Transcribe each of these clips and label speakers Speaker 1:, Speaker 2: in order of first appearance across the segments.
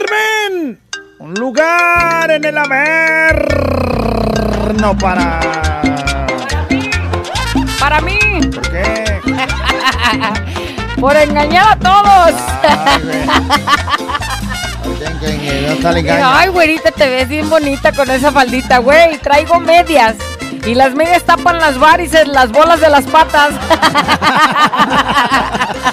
Speaker 1: reserven un lugar en el averno para...
Speaker 2: Para mí,
Speaker 1: ¿Por qué?
Speaker 2: por engañar a todos.
Speaker 1: Ay, güey. Ahorita que- que no está el engaño.
Speaker 2: Ay, güerita, te ves bien bonita con esa faldita, güey. Traigo medias. Y las medias tapan las varices, las bolas de las patas.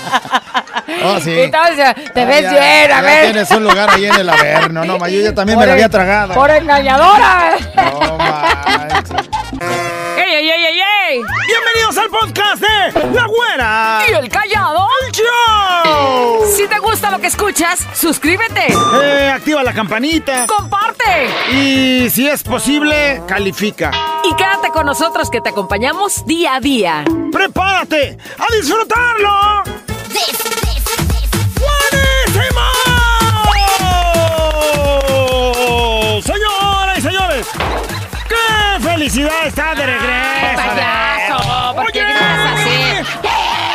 Speaker 1: Oh, sí.
Speaker 2: Entonces, te
Speaker 1: Ah,
Speaker 2: ves
Speaker 1: ya,
Speaker 2: bien, a
Speaker 1: ya
Speaker 2: ver.
Speaker 1: Tienes un lugar ahí en el averno, no, ma, yo ya también me
Speaker 2: Por
Speaker 1: la
Speaker 2: en-
Speaker 1: había tragado.
Speaker 2: Por engañadora.
Speaker 1: No manches.
Speaker 2: ¡Ey, ey, ey, ey, ey!
Speaker 1: Bienvenidos al podcast de La Güera.
Speaker 2: ¿Y el callado?
Speaker 1: Show.
Speaker 2: Si te gusta lo que escuchas, suscríbete,
Speaker 1: Eh, activa la campanita
Speaker 2: comparte
Speaker 1: y si es posible, califica.
Speaker 2: y quédate con nosotros que te acompañamos día a día.
Speaker 1: ¡Prepárate a disfrutarlo! ¡Buenísimo! Señoras y señores, ¡qué felicidad está de regreso!
Speaker 2: Ah, payaso! ¿Por qué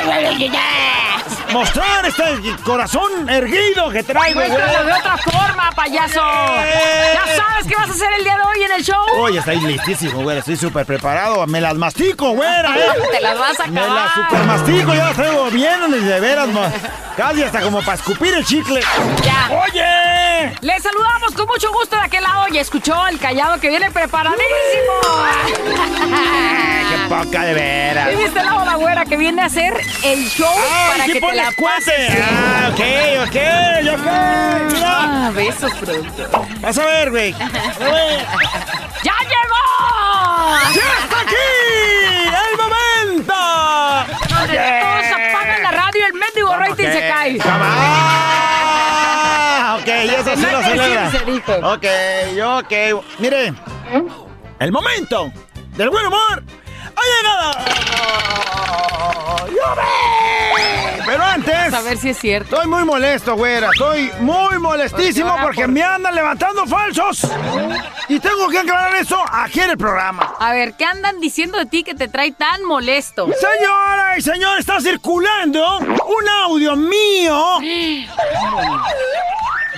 Speaker 1: Oye,
Speaker 2: gritas
Speaker 1: Mostrar este corazón erguido que traigo.
Speaker 2: Muéstralo de otra forma, payaso.
Speaker 1: Eh.
Speaker 2: Ya sabes qué vas a hacer el día de hoy en el show.
Speaker 1: Oye, estoy listísimo, güera. Estoy súper preparado. Me las mastico, güera, eh.
Speaker 2: Te las vas a
Speaker 1: Me la
Speaker 2: acabar.
Speaker 1: supermastico, ya las traigo bien, de veras, ma. casi hasta como para escupir el chicle.
Speaker 2: Ya.
Speaker 1: ¡Oye!
Speaker 2: Les saludamos con mucho gusto de aquel lado y escuchó el callado que viene preparadísimo.
Speaker 1: ¡Qué
Speaker 2: Ah.
Speaker 1: poca de veras!
Speaker 2: Y de este lado la güera que viene a hacer el show para
Speaker 1: ¡Ay,
Speaker 2: que te
Speaker 1: sí
Speaker 2: la
Speaker 1: pones cuete!
Speaker 2: pases. bien.
Speaker 1: ¡Ah, ok, ok, ok! Mira,
Speaker 2: Ah, besos pronto.
Speaker 1: vas a ver, güey. Vas a ver.
Speaker 2: ¡Ya llegó!
Speaker 1: ¡Ya está aquí! ¡El momento!
Speaker 2: Donde todos apagan la radio, el mendigo rating
Speaker 1: Ok.
Speaker 2: se cae.
Speaker 1: ¡Ah! Ok, y eso sí
Speaker 2: No hay
Speaker 1: lo
Speaker 2: que
Speaker 1: celebra.
Speaker 2: decirse, dijo.
Speaker 1: Ok, ok. Mire,
Speaker 2: ¿Eh?
Speaker 1: el momento del buen humor ha llegado. ¡Lloré! Pero
Speaker 2: A ver
Speaker 1: antes,
Speaker 2: si es cierto.
Speaker 1: estoy muy molesto, güera. Estoy muy molestísimo
Speaker 2: Pues llora,
Speaker 1: porque
Speaker 2: por-
Speaker 1: me andan levantando falsos. Y tengo que aclarar eso aquí en el programa.
Speaker 2: A ver, ¿qué andan diciendo de ti que te trae tan molesto?
Speaker 1: Señora y señor, está circulando un audio mío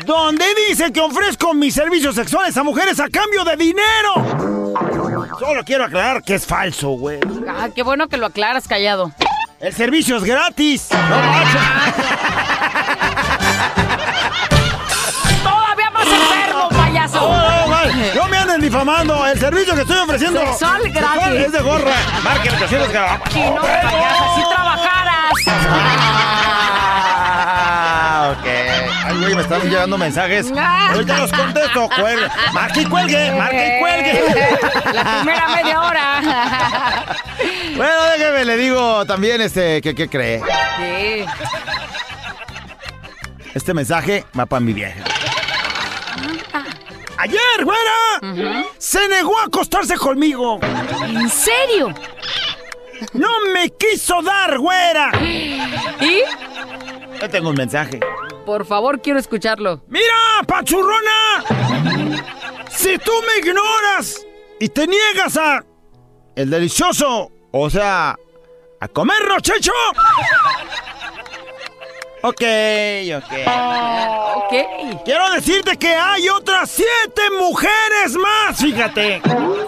Speaker 1: donde dice que ofrezco mis servicios sexuales a mujeres a cambio de dinero. Solo quiero aclarar que es falso, güey.
Speaker 2: Ah, qué bueno que lo aclaras, callado.
Speaker 1: El servicio es gratis. No manches.
Speaker 2: Todavía más enfermo,
Speaker 1: No,
Speaker 2: payaso.
Speaker 1: no, mal. No me anden difamando. El servicio que estoy ofreciendo
Speaker 2: Sexual gratis.
Speaker 1: sexual es de gorra. Marquen 800 gramos.
Speaker 2: Chino, payaso,
Speaker 1: Oh.
Speaker 2: si trabajaras.
Speaker 1: Ah, ok. Ay, güey, me están llegando mensajes.
Speaker 2: Ah.
Speaker 1: Ahorita los contesto. Cuelgue. Marque y cuelgue. Marque y cuelgue.
Speaker 2: La primera media hora.
Speaker 1: Bueno, déjeme, le digo también este, que, ¿qué cree?
Speaker 2: Sí.
Speaker 1: Este mensaje va para mi vieja. Ayer, güera, se negó a acostarse conmigo.
Speaker 2: ¿En serio?
Speaker 1: No me quiso dar, güera.
Speaker 2: ¿Y?
Speaker 1: Yo tengo un mensaje.
Speaker 2: Por favor, quiero escucharlo.
Speaker 1: Mira, pachurrona. Si tú me ignoras y te niegas a el delicioso, o sea, a comerlo, checho. Ok, ok.
Speaker 2: Ok.
Speaker 1: Quiero decirte que hay otras siete mujeres más, fíjate.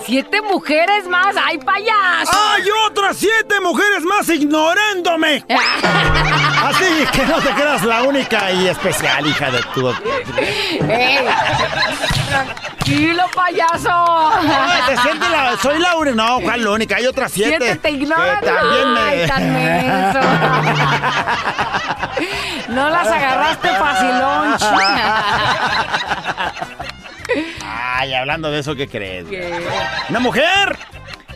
Speaker 2: Siete mujeres más. ¡Ay, payaso!
Speaker 1: Hay otras siete mujeres más ignorándome. Así que no te creas la única y especial, hija de tu.
Speaker 2: ¡Ey! ¡Tranquilo, payaso!
Speaker 1: Ah, se siente la- soy la única. No, ¿cuál la única? Hay otras siete.
Speaker 2: Siete te ignoran.
Speaker 1: que también me-
Speaker 2: Ay, tan menso. No las agarraste facilón, chica.
Speaker 1: Ay, hablando de eso, ¿qué crees? güey? Una mujer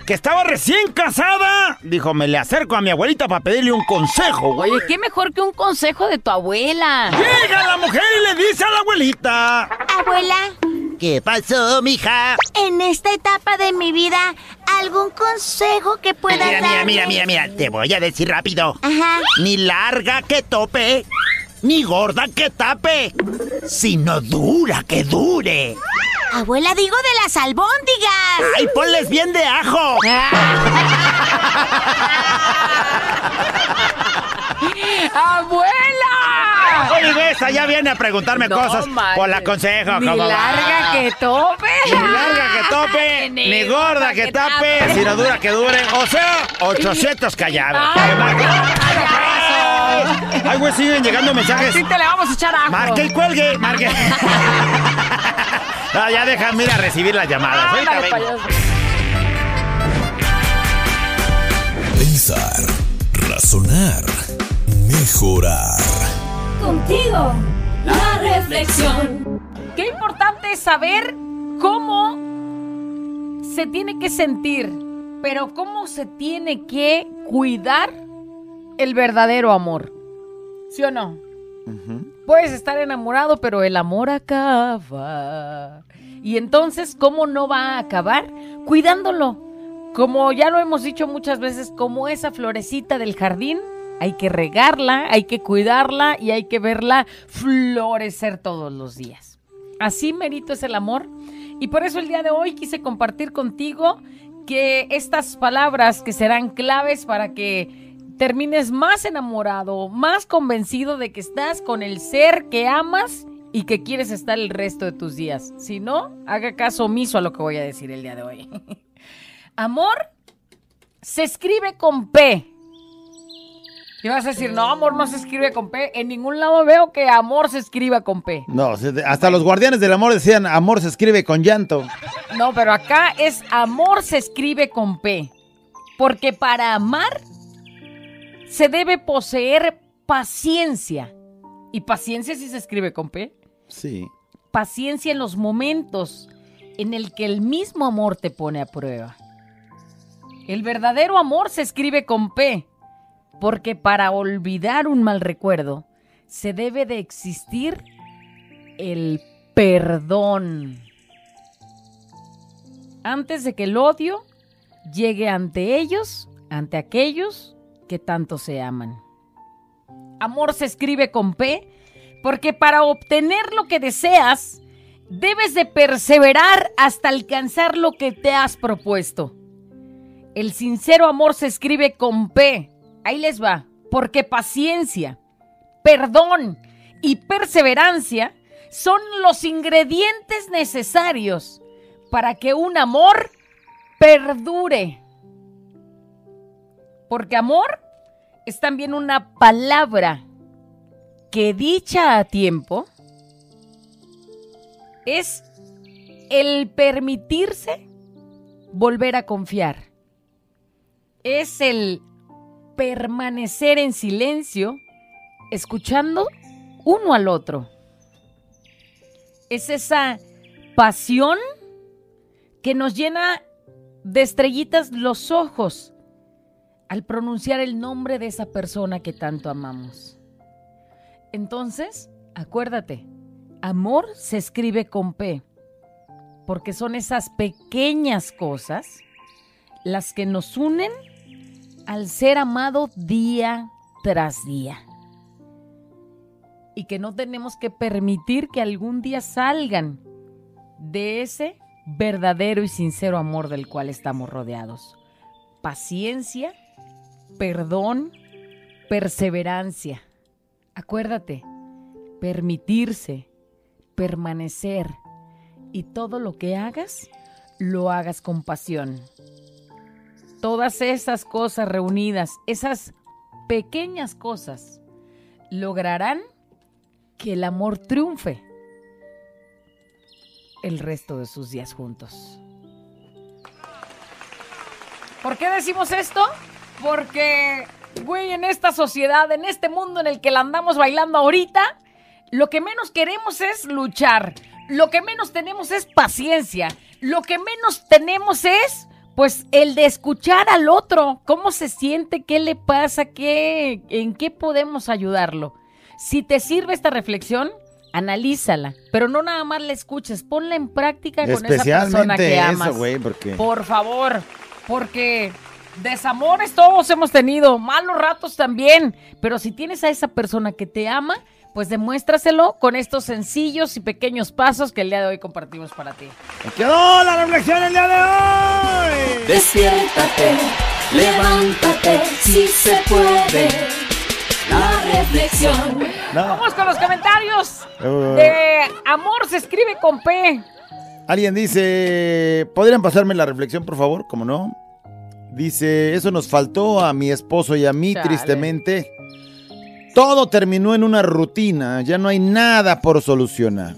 Speaker 1: que estaba recién casada dijo: Me le acerco a mi abuelita para pedirle un consejo, güey.
Speaker 2: Oye, qué mejor que un consejo de tu abuela.
Speaker 1: Llega la mujer y le dice a la abuelita:
Speaker 3: Abuela,
Speaker 1: ¿Qué pasó, mija?
Speaker 3: en esta etapa de mi vida, ¿algún consejo que puedas
Speaker 1: Mira, mira,
Speaker 3: darme?
Speaker 1: mira, mira, mira, te voy a decir rápido.
Speaker 3: Ajá.
Speaker 1: Ni larga que tope, ni gorda que tape, sino dura que dure.
Speaker 3: Abuela, digo de las albóndigas.
Speaker 1: ¡Ay, ponles bien de ajo!
Speaker 2: ¡Abuela! ¡Larga!
Speaker 1: Oye, esta ya viene a preguntarme
Speaker 2: No
Speaker 1: cosas.
Speaker 2: manches.
Speaker 1: Por la consejo,
Speaker 2: Ni
Speaker 1: ¿cómo va?
Speaker 2: larga que tope.
Speaker 1: Ni larga que tope,
Speaker 2: Ni
Speaker 1: ni gorda que tape, sino dura que dure. O sea, 800 callados.
Speaker 2: Ay,
Speaker 1: Ay, güey, siguen llegando mensajes.
Speaker 2: Así te le vamos a echar ajo.
Speaker 1: Marque y cuelgue, marque. No, ya dejan, mira, recibir las llamadas. Ahorita
Speaker 2: Ándale,
Speaker 1: vengo.
Speaker 2: payaso.
Speaker 4: Pensar, razonar, mejorar.
Speaker 5: Contigo, la reflexión.
Speaker 2: Qué importante es saber cómo se tiene que sentir, pero cómo se tiene que cuidar el verdadero amor. ¿Sí o no? Puedes estar enamorado, pero el amor acaba. Y entonces, ¿cómo no va a acabar? Cuidándolo. Como ya lo hemos dicho muchas veces, como esa florecita del jardín, hay que regarla, hay que cuidarla y hay que verla florecer todos los días. Así merito es el amor. Y por eso el día de hoy quise compartir contigo que estas palabras que serán claves para que termines más enamorado, más convencido de que estás con el ser que amas y que quieres estar el resto de tus días. Si no, haga caso omiso a lo que voy a decir el día de hoy. Amor se escribe con P. Y vas a decir, no, amor no se escribe con P. En ningún lado veo que amor se escriba con P.
Speaker 6: No, se- hasta los guardianes del amor decían, amor se escribe con llanto.
Speaker 2: No, pero acá es amor se escribe con P. Porque para amar se debe poseer paciencia. Y paciencia sí se escribe con P.
Speaker 6: Sí.
Speaker 2: Paciencia en los momentos en el que el mismo amor te pone a prueba. El verdadero amor se escribe con P. Porque para olvidar un mal recuerdo se debe de existir el perdón antes de que el odio llegue ante ellos, ante aquellos que tanto se aman. Amor se escribe con P, porque para obtener lo que deseas, debes de perseverar hasta alcanzar lo que te has propuesto. El sincero amor se escribe con P. Ahí les va, porque paciencia, perdón y perseverancia son los ingredientes necesarios para que un amor perdure. Porque amor es también una palabra que dicha a tiempo es el permitirse volver a confiar. Es el permanecer en silencio, escuchando uno al otro. Es esa pasión que nos llena de estrellitas los ojos al pronunciar el nombre de esa persona que tanto amamos. Entonces, acuérdate, amor se escribe con P, porque son esas pequeñas cosas las que nos unen al ser amado día tras día. Y que no tenemos que permitir que algún día salgan de ese verdadero y sincero amor del cual estamos rodeados. Paciencia, perdón, perseverancia. Acuérdate, permitirse, permanecer y todo lo que hagas, lo hagas con pasión. Todas esas cosas reunidas, esas pequeñas cosas, lograrán que el amor triunfe el resto de sus días juntos. ¿Por qué decimos esto? Porque, güey, en esta sociedad, en este mundo en el que la andamos bailando ahorita, lo que menos queremos es luchar. Lo que menos tenemos es paciencia. Lo que menos tenemos es, pues, el de escuchar al otro. ¿Cómo se siente? ¿Qué le pasa? ¿Qué, ¿En qué podemos ayudarlo? Si te sirve esta reflexión, analízala. Pero no nada más la escuches, ponla en práctica con esa persona que
Speaker 6: Especialmente
Speaker 2: amas.
Speaker 6: eso, güey, porque...
Speaker 2: Por favor, porque desamores todos hemos tenido, malos ratos también, pero si tienes a esa persona que te ama, pues demuéstraselo con estos sencillos y pequeños pasos que el día de hoy compartimos para ti.
Speaker 1: Quedó la reflexión el día de hoy.
Speaker 5: Despiértate, levántate, si se puede. la reflexión.
Speaker 6: No.
Speaker 2: Vamos con los comentarios
Speaker 6: Eh.
Speaker 2: de amor se escribe con P.
Speaker 6: Alguien dice, ¿podrían pasarme la reflexión, por favor? Como no. Dice, eso nos faltó a mi esposo y a mí,
Speaker 2: Chale.
Speaker 6: tristemente. Todo terminó en una rutina, ya no hay nada por solucionar.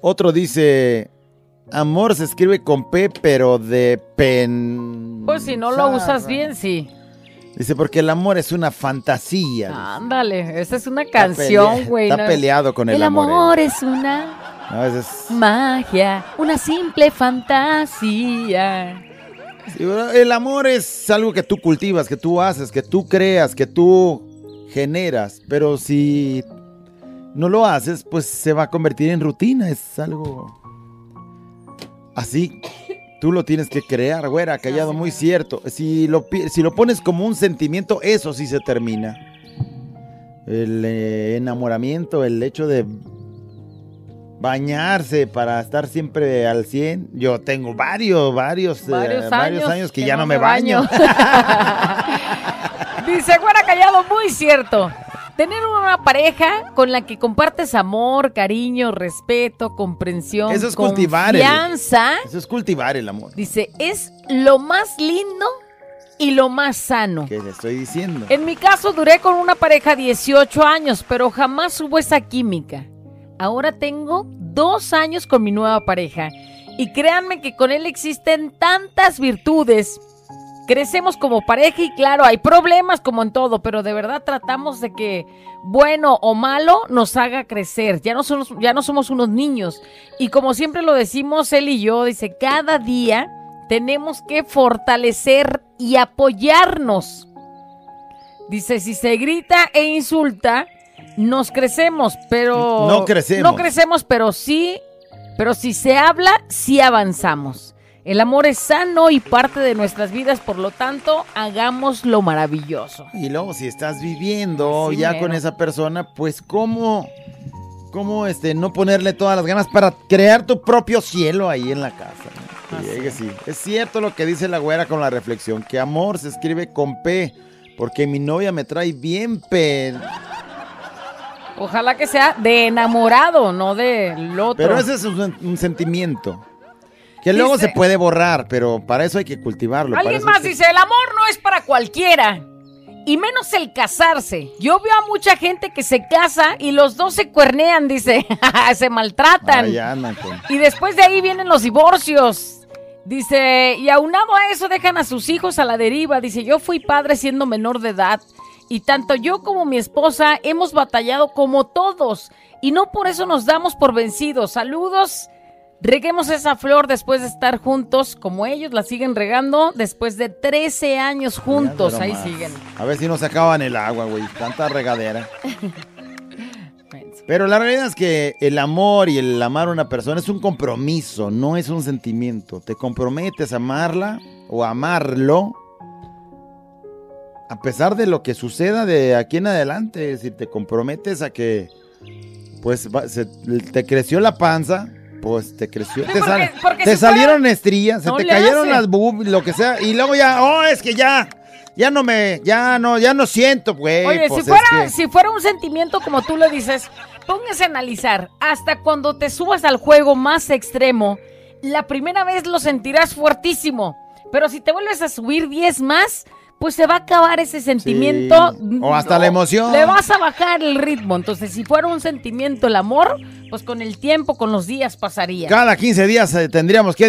Speaker 6: Otro dice, amor se escribe con P, pero de pen...
Speaker 2: Pues si no lo usas bien, sí.
Speaker 6: Dice, porque el amor es una fantasía. dice.
Speaker 2: Ándale, esa es una
Speaker 6: Está
Speaker 2: Ah. canción,
Speaker 6: pelea-
Speaker 2: güey.
Speaker 6: Está
Speaker 2: ¿no?
Speaker 6: peleado con el,
Speaker 2: El
Speaker 6: amor.
Speaker 2: amor es una
Speaker 6: eh. A veces...
Speaker 2: magia, una simple fantasía.
Speaker 6: Sí, ¿verdad? El amor es algo que tú cultivas, que tú haces, que tú creas, que tú generas, pero si no lo haces, pues se va a convertir en rutina, es algo así. Tú lo tienes que crear, güera, callado, muy cierto. Si lo, pi- si lo pones como un sentimiento, eso sí se termina. El eh, enamoramiento, el hecho de bañarse para estar siempre al 100. Yo tengo varios, varios, eh,
Speaker 2: Varios años
Speaker 6: que, ya no me baño.
Speaker 2: Dice, güera callado, muy cierto. Tener una pareja con la que compartes amor, cariño, respeto, comprensión,
Speaker 6: Eso es cultivar el-
Speaker 2: confianza.
Speaker 6: Eso es cultivar el amor.
Speaker 2: Dice, es lo más lindo y lo más sano.
Speaker 6: Que le estoy diciendo.
Speaker 2: En mi caso duré con una pareja 18 años, pero jamás hubo esa química. Ahora tengo dos años con mi nueva pareja y créanme que con él existen tantas virtudes. Crecemos como pareja y claro, hay problemas como en todo, pero de verdad tratamos de que bueno o malo nos haga crecer. Ya no somos, ya no somos unos niños. Y como siempre lo decimos él y yo, dice, cada día tenemos que fortalecer y apoyarnos. Dice, si se grita e insulta, nos crecemos, pero...
Speaker 6: No crecemos.
Speaker 2: No crecemos, pero sí, pero si se habla, sí avanzamos. El amor es sano y parte de nuestras vidas, por lo tanto, hagamos lo maravilloso.
Speaker 6: Y luego, si estás viviendo
Speaker 2: Así
Speaker 6: ya
Speaker 2: mero.
Speaker 6: con esa persona, pues cómo, cómo este, no ponerle todas las ganas para crear tu propio cielo ahí en la casa. ¿no? Que llegue, sí. Es cierto lo que dice la güera con la reflexión, que amor se escribe con P, porque mi novia me trae bien P.
Speaker 2: Ojalá que sea de enamorado, no del otro.
Speaker 6: Pero ese es un, un sentimiento. Que luego
Speaker 2: Dice-
Speaker 6: se puede borrar, pero para eso hay que cultivarlo. para
Speaker 2: Alguien
Speaker 6: eso hay
Speaker 2: más
Speaker 6: que-
Speaker 2: dice, el amor no es para cualquiera. Y menos el casarse. Yo veo a mucha gente que se casa y los dos se cuernean, dice. se maltratan.
Speaker 6: Ay, andan con-
Speaker 2: Y después de ahí vienen los divorcios. Dice, y aunado a eso dejan a sus hijos a la deriva. Dice, yo fui padre siendo menor de edad. Y tanto yo como mi esposa hemos batallado como todos. Y no por eso nos damos por vencidos. Saludos. Reguemos esa flor después de estar juntos, como ellos la siguen regando después de 13 años juntos.
Speaker 6: Mira
Speaker 2: Ahí
Speaker 6: nomás.
Speaker 2: siguen.
Speaker 6: A ver si nos sacaban el agua, güey. Tanta regadera. Pero la realidad es que el amor y el amar a una persona es un compromiso, no es un sentimiento. Te comprometes a amarla o a amarlo. A pesar de lo que suceda de aquí en adelante, si te comprometes a que, pues, va- se- te creció la panza, pues te creció,
Speaker 2: Sí,
Speaker 6: te,
Speaker 2: porque-
Speaker 6: sal-
Speaker 2: porque
Speaker 6: te
Speaker 2: si fuera-
Speaker 6: salieron estrías, se
Speaker 2: No
Speaker 6: te
Speaker 2: le
Speaker 6: cayeron
Speaker 2: hace.
Speaker 6: las boobs, lo que sea, y luego ya, oh, es que ya, ya no me, ya no, ya no siento, güey.
Speaker 2: Oye,
Speaker 6: pues,
Speaker 2: si,
Speaker 6: es
Speaker 2: fuera,
Speaker 6: que-
Speaker 2: si fuera un sentimiento como tú lo dices, póngase a analizar. Hasta cuando te subas al juego más extremo, la primera vez lo sentirás fuertísimo. Pero si te vuelves a subir 10 más, pues se va a acabar ese sentimiento.
Speaker 6: Sí, o hasta la emoción.
Speaker 2: Le vas a bajar el ritmo. Entonces, si fuera un sentimiento el amor, pues con el tiempo, con los días pasaría.
Speaker 6: Cada 15 días eh, tendríamos que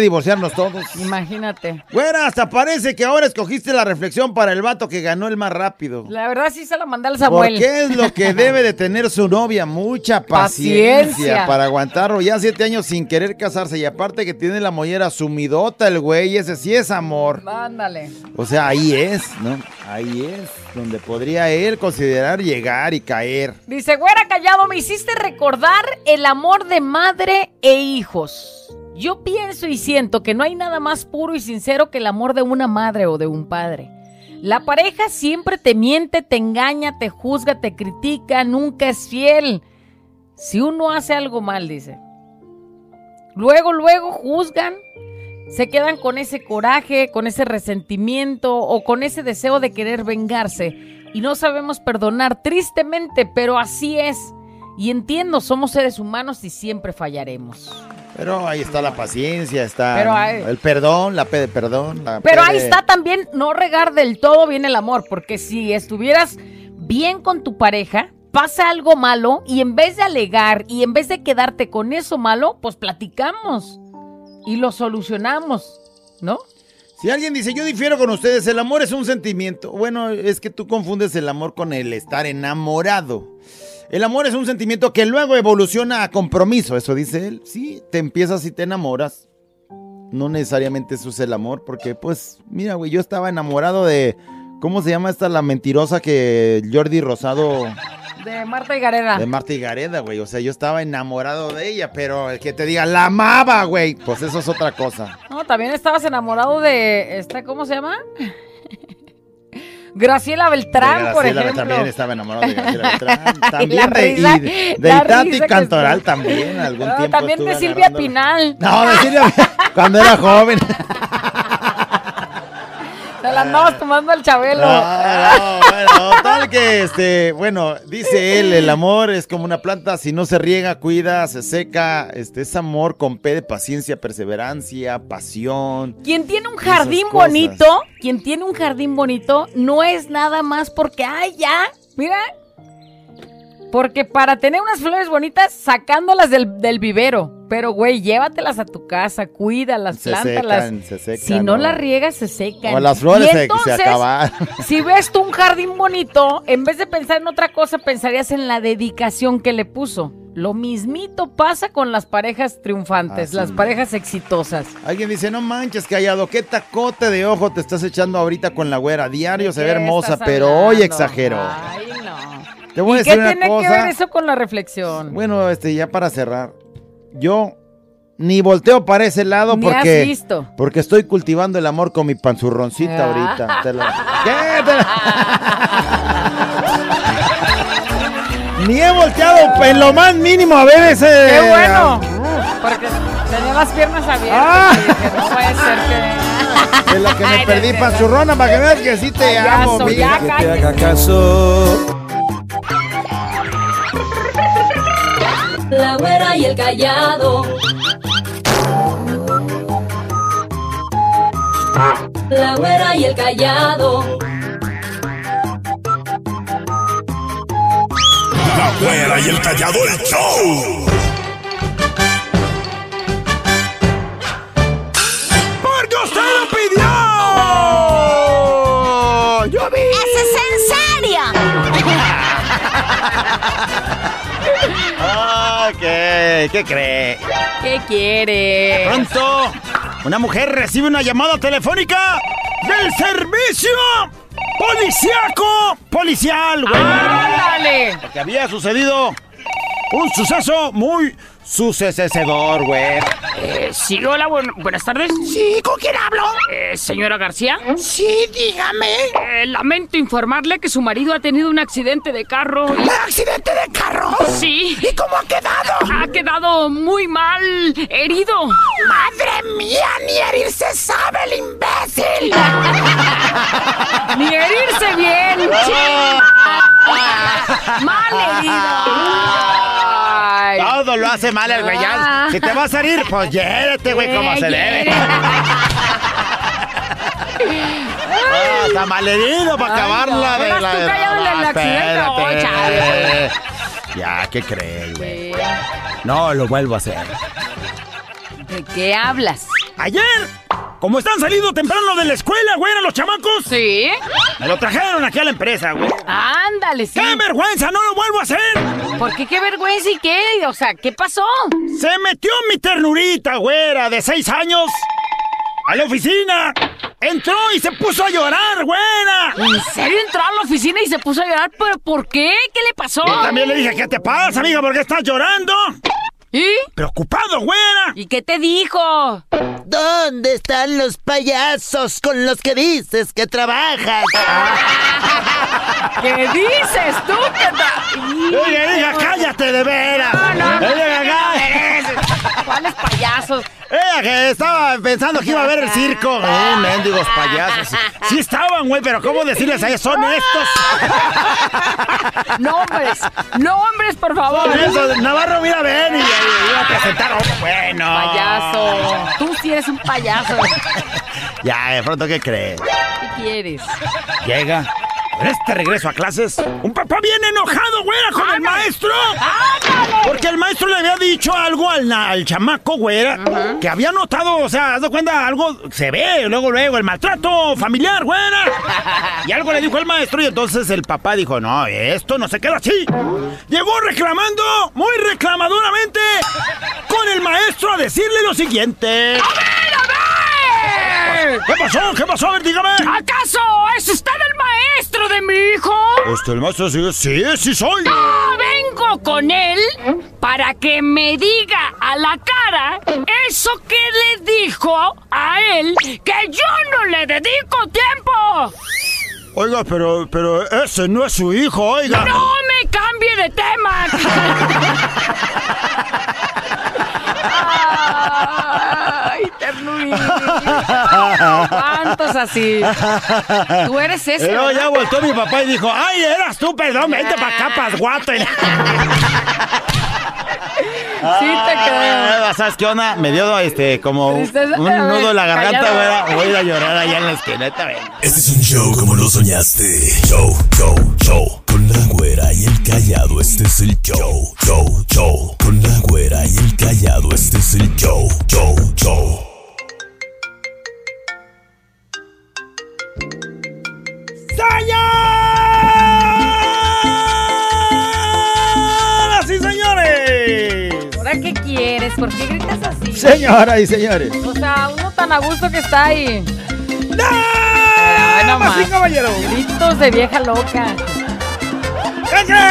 Speaker 6: divorciarnos todos.
Speaker 2: Imagínate.
Speaker 6: Güera, hasta parece que ahora escogiste la reflexión para el vato que ganó el más rápido.
Speaker 2: La verdad sí se la mandé al
Speaker 6: ¿Por
Speaker 2: Samuel.
Speaker 6: qué es lo que debe de tener su novia? Mucha paciencia,
Speaker 2: Paciencia.
Speaker 6: para aguantarlo. Ya siete años sin querer casarse. Y aparte que tiene la mollera sumidota el güey. Ese sí es amor.
Speaker 2: Ándale.
Speaker 6: O sea, ahí es, ¿no? Ahí es donde podría él considerar llegar y caer.
Speaker 2: Dice, güera callado, me hiciste recordar el amor de madre e hijos. Yo pienso y siento que no hay nada más puro y sincero que el amor de una madre o de un padre. La pareja siempre te miente, te engaña, te juzga, te critica, nunca es fiel. Si uno hace algo mal, dice. Luego, luego juzgan, se quedan con ese coraje, con ese resentimiento o con ese deseo de querer vengarse. y no sabemos perdonar, tristemente, pero así es. Y entiendo, somos seres humanos y siempre fallaremos.
Speaker 6: Pero ahí está la paciencia, está
Speaker 2: Pero ahí-
Speaker 6: el perdón, la P de perdón. la
Speaker 2: Pero
Speaker 6: P
Speaker 2: ahí
Speaker 6: de-
Speaker 2: está también, no regar del todo bien el amor, porque si estuvieras bien con tu pareja, pasa algo malo y en vez de alegar y en vez de quedarte con eso malo, pues platicamos y lo solucionamos, ¿no?
Speaker 6: Si alguien dice, yo difiero con ustedes, el amor es un sentimiento. Bueno, es que tú confundes el amor con el estar enamorado. El amor es un sentimiento que luego evoluciona a compromiso, eso dice él. Sí, te empiezas y te enamoras. No necesariamente eso es el amor, porque pues, mira, güey, yo estaba enamorado de... ¿Cómo se llama esta la mentirosa que Jordi Rosado
Speaker 2: De Marta y Gareda.
Speaker 6: de Marta y Gareda, güey? O sea, yo estaba enamorado de ella, pero el que te diga, la amaba, güey. Pues eso es otra cosa.
Speaker 2: No, también estabas enamorado de esta, ¿cómo se llama? Graciela Beltrán,
Speaker 6: De
Speaker 2: por
Speaker 6: Graciela
Speaker 2: ejemplo.
Speaker 6: También estaba enamorado de Graciela Beltrán. También
Speaker 2: la
Speaker 6: de,
Speaker 2: risa-
Speaker 6: y de,
Speaker 2: la
Speaker 6: del Tati
Speaker 2: risa que
Speaker 6: Cantoral
Speaker 2: estuvo.
Speaker 6: también. Algún
Speaker 2: Ah,
Speaker 6: tiempo
Speaker 2: también de
Speaker 6: estuve
Speaker 2: Silvia
Speaker 6: agarrándolo.
Speaker 2: Pinal.
Speaker 6: No, de Silvia cuando era joven.
Speaker 2: Te la andabas tomando al
Speaker 6: No,
Speaker 2: Chabelo.
Speaker 6: Ah, no, bueno, tal que este, bueno, dice él, el amor es como una planta, si no se riega, cuida, se seca, este es amor con P de paciencia, perseverancia, pasión.
Speaker 2: Quien tiene un
Speaker 6: Esas
Speaker 2: jardín
Speaker 6: cosas.
Speaker 2: bonito, quien tiene un jardín bonito, no es nada más porque, ay, ya, mira. Porque para tener unas flores bonitas, sacándolas del, del vivero. Pero, güey, llévatelas a tu casa, cuídalas,
Speaker 6: Se
Speaker 2: plántalas.
Speaker 6: secan, se secan.
Speaker 2: Si no las riegas, se secan.
Speaker 6: O las flores
Speaker 2: Y
Speaker 6: se-
Speaker 2: entonces,
Speaker 6: se acaban.
Speaker 2: Si ves tú un jardín bonito, en vez de pensar en otra cosa, pensarías en la dedicación que le puso. Lo mismito pasa con las parejas triunfantes,
Speaker 6: Así
Speaker 2: las
Speaker 6: es.
Speaker 2: parejas exitosas.
Speaker 6: Alguien dice, no manches, callado, qué tacote de ojo te estás echando ahorita con la güera. Diario se ve
Speaker 2: ¿Qué
Speaker 6: hermosa,
Speaker 2: estás
Speaker 6: pero
Speaker 2: hablando?
Speaker 6: hoy exagero.
Speaker 2: Ay, no.
Speaker 6: Te voy a
Speaker 2: ¿Y
Speaker 6: decir
Speaker 2: qué
Speaker 6: una
Speaker 2: tiene que ver
Speaker 6: cosa.
Speaker 2: eso con la reflexión?
Speaker 6: Bueno, este, ya para cerrar. Yo ni volteo para ese lado
Speaker 2: Ni
Speaker 6: porque.
Speaker 2: has visto. Ah.
Speaker 6: Porque estoy cultivando el amor con mi panzurroncita ahorita. Te la- ¿Qué? Te la- Ni he volteado en lo más mínimo a ver ese.
Speaker 2: ¡Qué bueno! Porque tenía las piernas abiertas.
Speaker 6: Ah.
Speaker 2: y dije, no puede ser que...
Speaker 6: De lo que me
Speaker 2: Ay,
Speaker 6: perdí,
Speaker 2: de verdad.
Speaker 6: panzurrona, para que veas que sí te
Speaker 2: Payaso,
Speaker 6: amo,
Speaker 2: ya
Speaker 6: fíjate.
Speaker 2: cállate.
Speaker 5: La güera y el callado. La güera y el callado.
Speaker 4: La güera y el callado, el show.
Speaker 1: ¡Porque usted lo pidió! ¡Yo vi!
Speaker 3: ¿Eso es en serio?
Speaker 1: Ah,
Speaker 6: Ok, ¿qué cree?
Speaker 2: ¿Qué quiere?
Speaker 1: Pronto, una mujer recibe una llamada telefónica del servicio policíaco policial, güey.
Speaker 2: ¡Ándale!
Speaker 1: Porque había sucedido un suceso muy sucesecedor, güey.
Speaker 7: Eh, sí, hola, buen- buenas tardes. Sí, ¿con quién hablo? señora García. Sí, dígame. Eh, lamento informarle que su marido ha tenido un accidente de carro. ¿Un accidente de carro? Sí. ¿Y cómo ha quedado? Ha quedado muy mal herido. ¡Madre mía! ¡Ni herirse sabe el imbécil!
Speaker 2: ¡Ni herirse bien! ¡Mal herido! Ay.
Speaker 1: Todo lo hace mal el güey.
Speaker 2: Ah.
Speaker 1: Si te vas a salir, pues llérate, güey, como se debe. Ah, Está malherido para
Speaker 2: Ay,
Speaker 1: acabarla
Speaker 2: no,
Speaker 1: de
Speaker 2: eras
Speaker 1: la
Speaker 2: tú callado en el
Speaker 1: Ah,
Speaker 2: accidente, oh,
Speaker 1: espérate. Ya, ¿qué crees, güey?
Speaker 2: Sí.
Speaker 1: No, lo vuelvo a hacer.
Speaker 2: ¿De qué hablas?
Speaker 1: Ayer, como están saliendo temprano de la escuela, güey, a los chamacos,
Speaker 2: ¿Sí?
Speaker 1: me lo trajeron aquí a la empresa, güey.
Speaker 2: Ándale, sí.
Speaker 1: ¡Qué vergüenza! ¡No lo vuelvo a hacer!
Speaker 2: ¿Por qué qué vergüenza y qué? O sea, ¿qué pasó?
Speaker 1: Se metió mi ternurita, güera, de seis años, a la oficina. Entró y se puso a llorar, güera.
Speaker 2: ¿En serio entró a la oficina y se puso a llorar? ¿Pero por qué? ¿Qué le pasó?
Speaker 1: Yo también le dije, ¿qué te pasa, amiga? ¿Por qué estás llorando?
Speaker 2: ¿Y?
Speaker 1: Preocupado, güera.
Speaker 2: ¿Y qué te dijo?
Speaker 8: ¿Dónde están los payasos con los que dices que trabajas?
Speaker 2: ¿Qué dices tú? ¿Qué
Speaker 1: Yo le dije, cállate de veras.
Speaker 2: No, no, no,
Speaker 1: Ella,
Speaker 2: ¿Cuáles payasos?
Speaker 1: ella sabía que estaba pensando que iba a haber el circo. Eh, mendigos payasos. Sí estaban, güey, pero ¿cómo decirles a ellos? Son estos.
Speaker 7: Nombres, nombres, por favor.
Speaker 1: Son esos. Navarro, mira, ven y, y- y iba a presentar a otro. Bueno.
Speaker 2: Payaso. Tú sí eres un payaso.
Speaker 1: Ya, de pronto, ¿qué crees?
Speaker 2: ¿Qué quieres?
Speaker 1: Llega. En este regreso a clases, un papá bien enojado, güera, con el maestro. Porque el maestro le había dicho algo al, na- al chamaco, güera, que había notado, o sea, haz de cuenta, algo se ve, luego, luego, el maltrato familiar, güera. Y algo le dijo el maestro, y entonces el papá dijo, no, esto no se queda así. Llegó reclamando, muy reclamadoramente, con el maestro a decirle lo siguiente.
Speaker 7: ¡Eh!
Speaker 1: ¿Qué pasó? ¿Qué pasó? A ver, dígame.
Speaker 7: ¿Acaso es usted el maestro de mi hijo?
Speaker 1: Este, el maestro sí, sí, sí soy.
Speaker 7: Yo Ah, vengo con él para que me diga a la cara eso que le dijo a él que yo no le dedico tiempo.
Speaker 1: Oiga, pero, pero ese no es su hijo, oiga.
Speaker 7: ¡No me cambie de tema!
Speaker 2: Ay, ternurita. ¿Cuántos así? Tú eres ese.
Speaker 1: Pero
Speaker 2: ¿verdad?
Speaker 1: ya voltó mi papá y dijo, ay, eras tú, perdón, vente para acá, pasguato.
Speaker 2: Sí, te creo.
Speaker 1: Ah, ¿Sabes qué onda? Me dio este, como un
Speaker 2: Tristeza,
Speaker 1: un nudo en la
Speaker 2: callada.
Speaker 1: garganta, güera. Voy a ir a llorar allá en la esquineta, ven.
Speaker 4: Este es un show como lo soñaste. Show, show, show. Con la güera y el callado, este es el show. Show, show. Con la güera y el callado, este es el show. Show, show.
Speaker 1: ¡Señoras y señores!
Speaker 2: ¿Ahora qué quieres? ¿Por qué gritas así?
Speaker 6: Señoras y señores.
Speaker 2: O sea, uno tan a gusto que está ahí.
Speaker 1: ¡Damas
Speaker 2: nomás.
Speaker 1: y caballeros!
Speaker 2: Gritos de vieja loca.
Speaker 1: ¡Calle!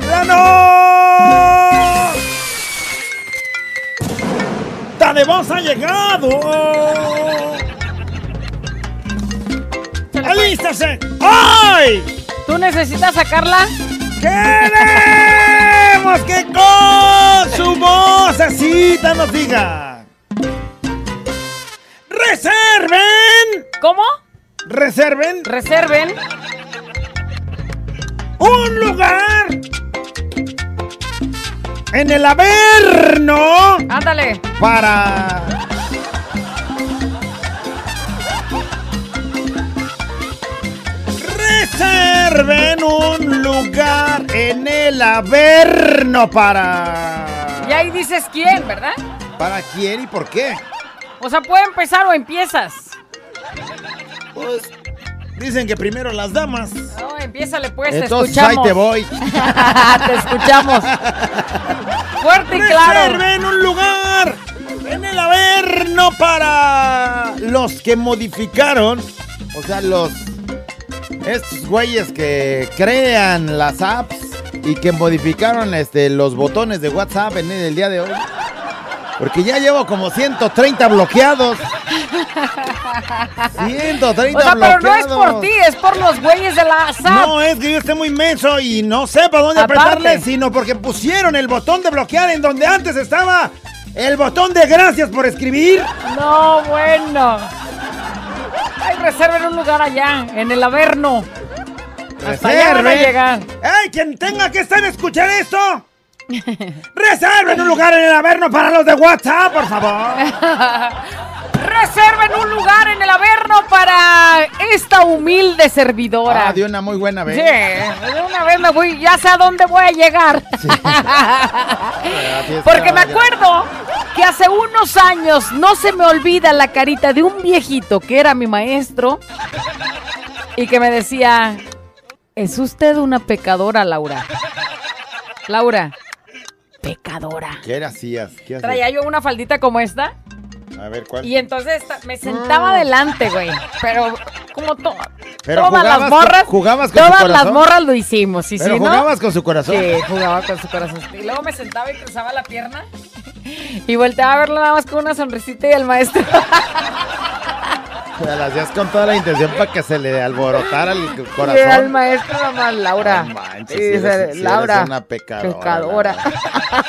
Speaker 1: ¡Plano! ¡Dale, vos ha llegado! ¡Alístase! ¡Hoy!
Speaker 2: ¿Tú necesitas sacarla?
Speaker 1: ¡Queremos que con su voz así tan nos diga! ¡Reserven!
Speaker 2: ¿Cómo?
Speaker 1: ¡Reserven!
Speaker 2: Reserven.
Speaker 1: un lugar en el Averno
Speaker 2: Ándale.
Speaker 1: para reserven un lugar en el Averno para
Speaker 2: Y ahí dices quién, ¿verdad?
Speaker 6: ¿Para quién y por qué?
Speaker 2: O sea, puede empezar o empiezas.
Speaker 6: Pues dicen que primero las damas.
Speaker 2: No, empiézale pues,
Speaker 6: Entonces
Speaker 2: te
Speaker 6: ahí
Speaker 2: escuchamos.
Speaker 6: te voy.
Speaker 2: te escuchamos. Fuerte y claro.
Speaker 1: reserven un lugar en el Averno para
Speaker 6: Los que modificaron, o sea, los estos güeyes que crean las apps y que modificaron este los botones de WhatsApp en el día de hoy. Porque ya llevo como 130 bloqueados. 130
Speaker 2: O sea, pero
Speaker 6: bloqueados.
Speaker 2: no es por ti, es por los güeyes de la SAP.
Speaker 6: No, es que yo esté muy inmenso y no sé para dónde
Speaker 2: Aparte.
Speaker 6: apretarle, sino porque pusieron el botón de bloquear en donde antes estaba el botón de gracias por escribir.
Speaker 2: No, bueno. Ay, reserven un lugar allá, en el Averno. Hasta allá van a
Speaker 6: Reserven.
Speaker 2: llegar.
Speaker 1: ¡Ey, quien tenga que estar a escuchar esto! ¡Reserven un lugar en el Averno para los de WhatsApp, por favor!
Speaker 2: Reserven un lugar en el Averno para esta humilde servidora.
Speaker 6: Ah, de una muy buena vez.
Speaker 2: Sí, de una vez me voy, ya sé a dónde voy a llegar.
Speaker 6: Ah,
Speaker 2: Porque me acuerdo que hace unos años no se me olvida la carita de un viejito que era mi maestro y que me decía, es usted una pecadora, Laura. Laura, pecadora.
Speaker 6: ¿Qué era hacías? ¿Qué hacías?
Speaker 2: Traía yo una faldita como esta
Speaker 6: A ver, ¿cuál?
Speaker 2: y entonces ta- me sentaba adelante, güey. Pero como to-
Speaker 6: Pero
Speaker 2: todas
Speaker 6: jugabas
Speaker 2: las
Speaker 6: con-
Speaker 2: morras,
Speaker 6: jugabas con tu
Speaker 2: todas las
Speaker 6: corazón.
Speaker 2: morras lo hicimos. Y
Speaker 6: Pero
Speaker 2: si no,
Speaker 6: jugabas con su corazón.
Speaker 2: Sí, jugaba con su corazón. Y luego me sentaba y cruzaba la pierna. Y volteaba a verlo nada más con una sonrisita y el maestro.
Speaker 6: Se las hacías con toda la intención para que se le alborotara el corazón.
Speaker 9: Era el maestro nomás, Laura.
Speaker 6: No manches,
Speaker 9: Sí,
Speaker 6: si eres-
Speaker 9: dice,
Speaker 6: si eres
Speaker 9: Laura.
Speaker 6: una pecadora,
Speaker 9: pecadora.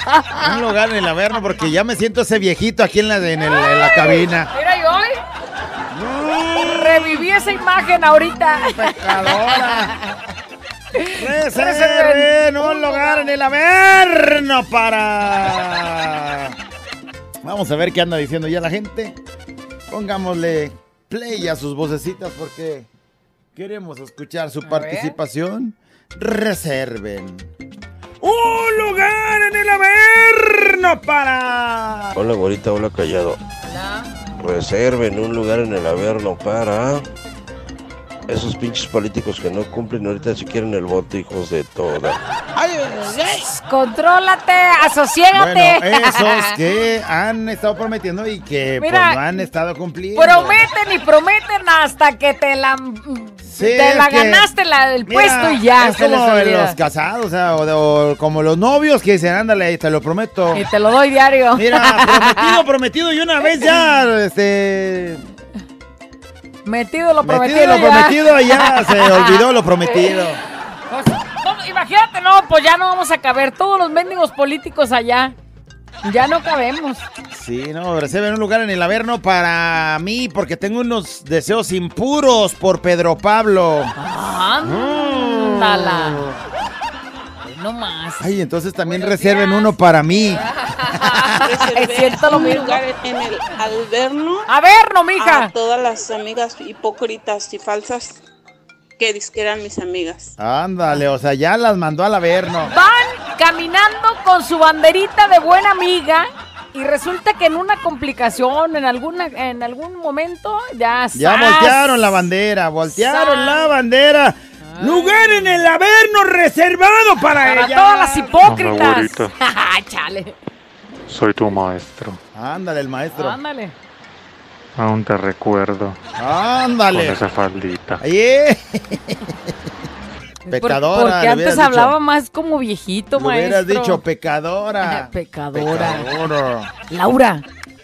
Speaker 6: la No lo gane el averno porque ya me siento ese viejito aquí en la, en el- en la cabina.
Speaker 2: Mira, y hoy reviví esa imagen ahorita.
Speaker 6: Reserven un lugar en el averno para. Vamos a ver qué anda diciendo ya la gente. Pongámosle play a sus vocecitas porque queremos escuchar su participación. Reserven.
Speaker 1: ¡Un lugar en el averno para!
Speaker 10: Hola, gorita, hola, callado. Reserven un lugar en el averno para esos pinches políticos que no cumplen ahorita si quieren el voto, hijos de toda.
Speaker 2: Contrólate, asociégate.
Speaker 6: Bueno, esos que han estado prometiendo y que pues,
Speaker 2: Mira,
Speaker 6: no han estado cumpliendo.
Speaker 2: Prometen y prometen hasta que te la, mm, te
Speaker 6: es
Speaker 2: la
Speaker 6: que-
Speaker 2: ganaste la del
Speaker 6: Mira,
Speaker 2: puesto y ya.
Speaker 6: Es
Speaker 2: se les
Speaker 6: como de
Speaker 2: olvida.
Speaker 6: los casados, o, sea, o de- o como los novios que dicen, ándale, te lo prometo.
Speaker 2: Y te lo doy diario.
Speaker 6: Mira, prometido, prometido, y una vez ya, este.
Speaker 2: Metido lo prometido.
Speaker 6: Metido lo
Speaker 2: ya.
Speaker 6: prometido, ya se olvidó lo prometido.
Speaker 2: Pues, no, imagínate, no, pues ya no vamos a caber todos los mendigos políticos allá. Ya no cabemos.
Speaker 6: Sí, no, reciben un lugar en el averno para mí, porque tengo unos deseos impuros por Pedro Pablo.
Speaker 2: Ah,
Speaker 6: Mm.
Speaker 2: Ándala. No más.
Speaker 6: Ay, entonces también reserven uno para mí.
Speaker 2: Es cierto lo mismo.
Speaker 11: en el alberno
Speaker 2: A ver, no, mija.
Speaker 11: a todas las amigas hipócritas y falsas que disqueran mis amigas.
Speaker 6: Ándale, o sea, ya las mandó al averno.
Speaker 2: Van caminando con su banderita de buena amiga y resulta que en una complicación, en alguna, en algún momento, ya
Speaker 6: Ya
Speaker 2: ¡zas!
Speaker 6: voltearon la bandera, voltearon
Speaker 2: Sas.
Speaker 6: la bandera.
Speaker 1: ¡Lugar en el averno reservado para,
Speaker 2: Para
Speaker 1: ella!
Speaker 2: todas las
Speaker 12: Mamá
Speaker 2: hipócritas.
Speaker 12: güerita.
Speaker 2: Chale.
Speaker 12: Soy tu maestro.
Speaker 6: Ándale, el maestro.
Speaker 2: Ándale.
Speaker 12: Aún te recuerdo con
Speaker 6: Ándale.
Speaker 12: esa faldita.
Speaker 6: Ahí, eh.
Speaker 2: Por-
Speaker 6: Pecadora. le
Speaker 2: porque antes
Speaker 6: hubieras
Speaker 2: hablaba
Speaker 6: dicho.
Speaker 2: más como viejito,
Speaker 6: Le hubieras
Speaker 2: maestro.
Speaker 6: dicho pecadora.
Speaker 2: Pecadora.
Speaker 6: Pecadora.
Speaker 2: Laura,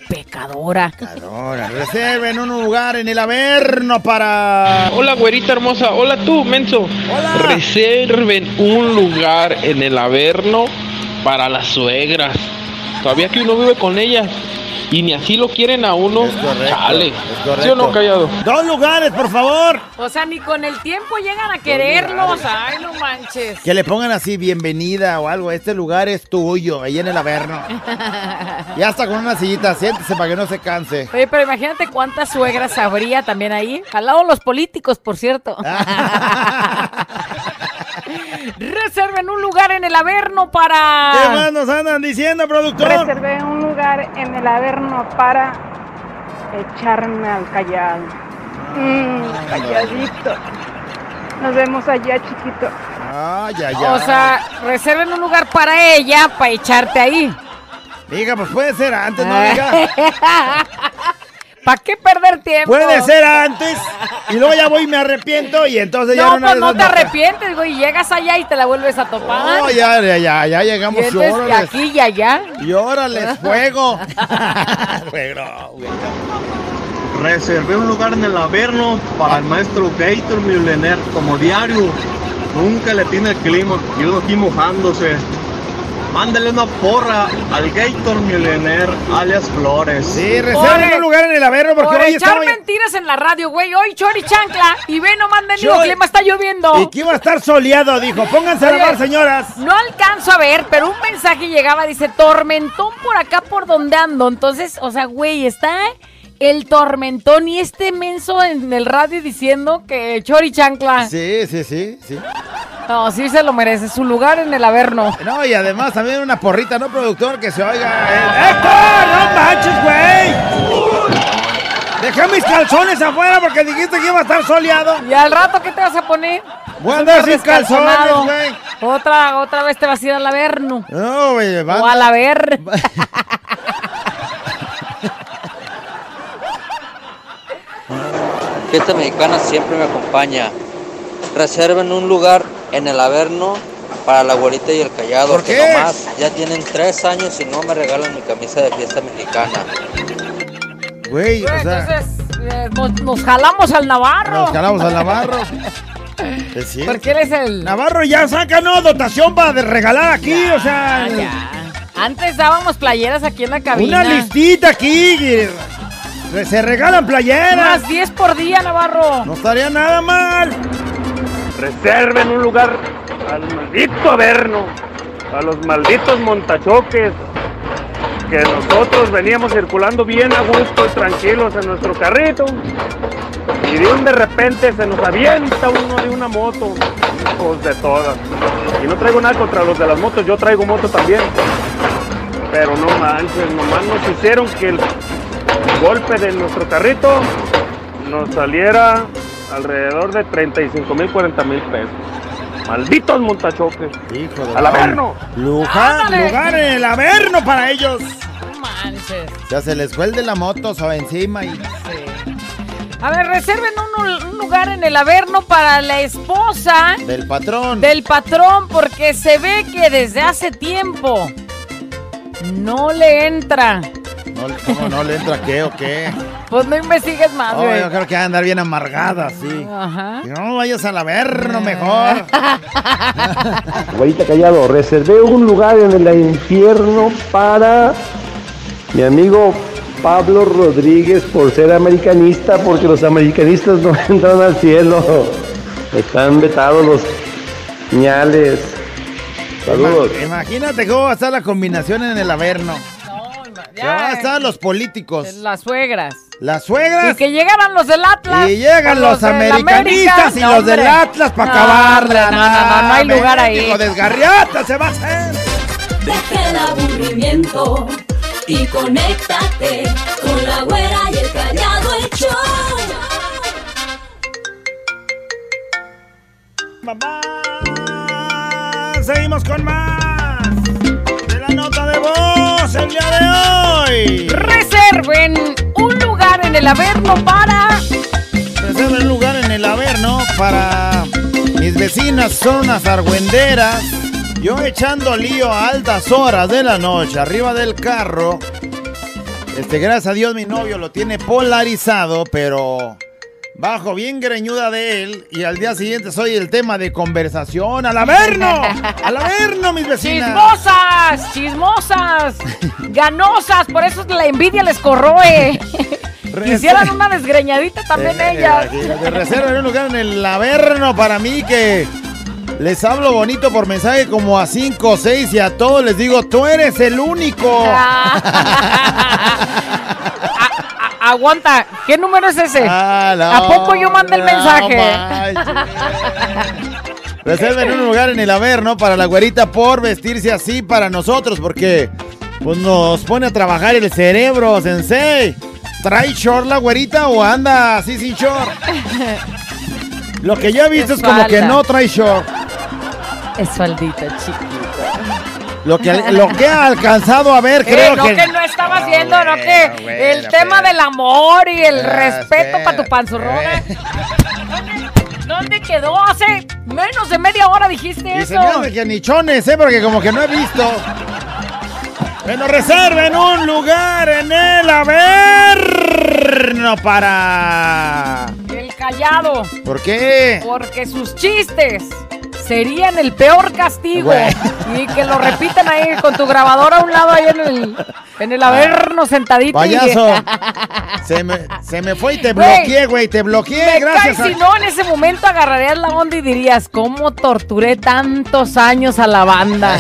Speaker 2: pecadora.
Speaker 6: Pecadora. Reserven un lugar en el averno para.
Speaker 7: Hola güerita hermosa, hola tú, menso.
Speaker 6: Hola.
Speaker 7: Reserven un lugar en el Averno para las suegras. Todavía que uno vive con ellas y ni así lo quieren a uno.
Speaker 6: Es correcto,
Speaker 7: Chale.
Speaker 6: es correcto.
Speaker 7: ¿Sí o no, callado?
Speaker 6: Dos lugares, por favor.
Speaker 2: O sea, ni con el tiempo llegan a quererlos. Ay, no manches.
Speaker 6: Que le pongan así, bienvenida o algo. Este lugar es tuyo, ahí en el averno. Y hasta con una sillita, siéntese para que no se canse.
Speaker 2: Oye, pero imagínate cuántas suegras habría también ahí. Al lado de los políticos, por cierto. Reserven un lugar en el Averno
Speaker 1: ¿Qué más
Speaker 2: para...
Speaker 1: nos andan diciendo, productor?
Speaker 11: Reservé un lugar en el Averno para echarme al callado. Mm, calladito. Nos vemos allá, chiquito.
Speaker 6: Ay, ay, ay.
Speaker 2: O sea, reserven un lugar para ella, para echarte ahí.
Speaker 6: Diga, pues puede ser antes,
Speaker 2: Eh.
Speaker 6: ¿no? Diga.
Speaker 2: ¿Para qué perder tiempo?
Speaker 1: Puede ser antes, y luego ya voy y me arrepiento, y entonces ya
Speaker 2: No,
Speaker 1: una
Speaker 2: pues
Speaker 1: vez
Speaker 2: no
Speaker 1: más
Speaker 2: te
Speaker 1: me-
Speaker 2: arrepientes, digo, y llegas allá y te la vuelves a topar.
Speaker 6: Oh, ya, ya, ya, ya
Speaker 2: y
Speaker 6: llegamos. Y
Speaker 2: entonces,
Speaker 6: órale,
Speaker 2: aquí y allá.
Speaker 6: y órale, fuego.
Speaker 13: Reservé un lugar en el Averno para el maestro Gator Milener como diario. Nunca le tiene el clima y uno aquí mojándose. Mándale una porra al Gator Milener alias Flores.
Speaker 6: Sí, reserven
Speaker 2: Por-
Speaker 6: un lugar en el averno porque
Speaker 2: Por
Speaker 6: hoy
Speaker 2: echar
Speaker 6: estaba...
Speaker 2: mentiras en la radio, güey. Hoy chori chancla y ve nomás mendigo
Speaker 1: Chori-
Speaker 2: clima, está lloviendo.
Speaker 1: Y que iba a estar soleado, dijo. Pónganse a
Speaker 2: Oye.
Speaker 1: lavar, señoras.
Speaker 2: No alcanzo a ver, pero un mensaje llegaba, dice, tormentón por acá por donde ando. Entonces, o sea, güey, está el tormentón y este menso en el radio diciendo que chori chancla.
Speaker 6: Sí, sí, sí, sí.
Speaker 2: No, sí se lo merece, su lugar en el averno.
Speaker 6: No, y además también una porrita, ¿no, productor? Que se oiga. eh.
Speaker 1: ¡Héctor! ¡No manches, güey! Dejé mis calzones afuera porque dijiste que iba a estar soleado.
Speaker 2: Y al rato, ¿qué te vas a poner?
Speaker 6: Voy a andar sin calzones,
Speaker 2: Descalzonado.
Speaker 6: güey.
Speaker 2: Otra, otra vez te vas a ir al averno.
Speaker 6: No, güey, van-
Speaker 2: O al aver.
Speaker 14: Fiesta mexicana siempre me acompaña. Reserven un lugar en el Averno para la abuelita y el callado.
Speaker 6: ¿Por
Speaker 14: que
Speaker 6: qué?
Speaker 14: nomás ya tienen tres años y no me regalan mi camisa de fiesta mexicana.
Speaker 6: Güey, o sea,
Speaker 2: Entonces, eh, nos, nos jalamos al Navarro.
Speaker 6: Nos jalamos al Navarro. ¿Es cierto?
Speaker 2: Porque él es el.
Speaker 1: Navarro ya saca, ¿no? Dotación para de regalar aquí, o sea.
Speaker 2: Antes dábamos playeras aquí en la cabina.
Speaker 1: Una listita aquí. y- Se regalan playeras.
Speaker 2: Más 10 por día, Navarro.
Speaker 1: No estaría nada mal.
Speaker 13: Reserven un lugar al maldito Averno, a los malditos montachoques, que nosotros veníamos circulando bien a gusto y tranquilos en nuestro carrito, y de un de repente se nos avienta uno de una moto, hijos de todas. Y no traigo nada contra los de las motos, yo traigo moto también, pero no manches, nomás nos hicieron que el golpe de nuestro carrito nos saliera alrededor de 35 mil, 40 mil pesos. Malditos montachoques.
Speaker 6: Hijo
Speaker 13: Al averno.
Speaker 6: Luja-
Speaker 1: Ándale.
Speaker 6: lugar en el Averno para ellos.
Speaker 2: Manches.
Speaker 6: O sea, se les fue el de la moto sobre encima y...
Speaker 2: A ver, reserven un, un lugar en el Averno para la esposa
Speaker 6: Del patrón.
Speaker 2: del patrón porque se ve que desde hace tiempo no le entra.
Speaker 6: No, ¿Cómo no le entra qué o qué?
Speaker 2: Pues no investigues más,
Speaker 6: Oh,
Speaker 2: güey.
Speaker 6: yo creo que va a andar bien amargada, sí.
Speaker 2: Ajá.
Speaker 6: Que no vayas al Averno mejor.
Speaker 15: Abuelita Callado, reservé un lugar en el infierno para mi amigo Pablo Rodríguez por ser americanista, porque los americanistas no entran al cielo. Están vetados los ñales. Saludos.
Speaker 6: Ima- Imagínate cómo va a estar la combinación en el Averno. Que van a estar los políticos,
Speaker 2: Las suegras.
Speaker 6: las
Speaker 2: Y
Speaker 6: suegras
Speaker 2: que llegaran los del Atlas.
Speaker 6: y llegan
Speaker 2: o
Speaker 6: los,
Speaker 2: del
Speaker 6: americanistas
Speaker 2: América.
Speaker 6: y
Speaker 2: No,
Speaker 6: los del
Speaker 2: hombre.
Speaker 6: Atlas para
Speaker 2: No, hombre,
Speaker 6: acabarla.
Speaker 2: No, no, no, no hay
Speaker 6: mames,
Speaker 2: lugar ahí.
Speaker 6: hijo desgarriata se va a hacer.
Speaker 5: Deja el aburrimiento y conéctate con la güera y el callado el show.
Speaker 1: Seguimos con más de la nota de voz el día de hoy.
Speaker 2: Reserven un lugar en el Averno para.
Speaker 6: Reserva el lugar en el Averno para mis vecinas son las argüenderas. Yo echando lío a altas horas de la noche, arriba del carro. Este, gracias a Dios mi novio lo tiene polarizado, pero bajo bien greñuda de él. Y al día siguiente soy el tema de conversación. ¡Al Averno! ¡Al Averno, mis vecinas!
Speaker 2: ¡Chismosas! ¡Chismosas! ¡Ganosas! Por eso la envidia les corroe. Quisieran una desgreñadita también
Speaker 6: Eh, eh,
Speaker 2: ellas.
Speaker 6: aquí, de reserva en un lugar en el Averno para mí que les hablo bonito por mensaje como a 5 o 6 y a todos les digo, tú eres el único.
Speaker 2: Ah.
Speaker 6: Oh.
Speaker 2: A- Aguanta, ¿qué número es ese?
Speaker 6: no,
Speaker 2: ¿A poco yo mandé el
Speaker 6: Ah, no
Speaker 2: mensaje?
Speaker 6: Reserven un lugar en el Averno para la güerita por vestirse así para nosotros porque pues, nos pone a trabajar el cerebro, sensei. ¿Trae short la güerita o anda así sin short? Lo que yo he visto es como que
Speaker 2: Espalda.
Speaker 6: no trae short.
Speaker 2: es faldita, chiquita.
Speaker 6: Lo que, lo que ha alcanzado a ver, creo
Speaker 2: Eh, no que...
Speaker 6: que... Ah,
Speaker 2: no estaba haciendo, no
Speaker 6: bueno,
Speaker 2: que
Speaker 6: bueno, Ah,
Speaker 2: el tema del amor y el respeto para tu panzurroga.
Speaker 6: Eh.
Speaker 2: ¿Dónde- ¿Dónde quedó? Hace menos de media hora dijiste
Speaker 6: Y
Speaker 2: eso.
Speaker 6: señores que nichones, ¿eh? Porque como que no he visto. Bueno, reserven un lugar en el Averno para...
Speaker 2: El callado.
Speaker 6: ¿Por qué?
Speaker 2: Porque sus chistes serían el peor castigo.
Speaker 6: Güey.
Speaker 2: Y que lo repitan ahí con tu grabadora a un lado ahí en el, en el averno sentadito. y-
Speaker 6: Ah. Payaso. Se me, se me fue y te
Speaker 2: Güey.
Speaker 6: bloqueé, güey. Te bloqueé,
Speaker 2: Me
Speaker 6: gracias.
Speaker 2: cae,
Speaker 6: a-
Speaker 2: si no, en ese momento agarrarías la onda y dirías, ¿cómo torturé tantos años a la banda?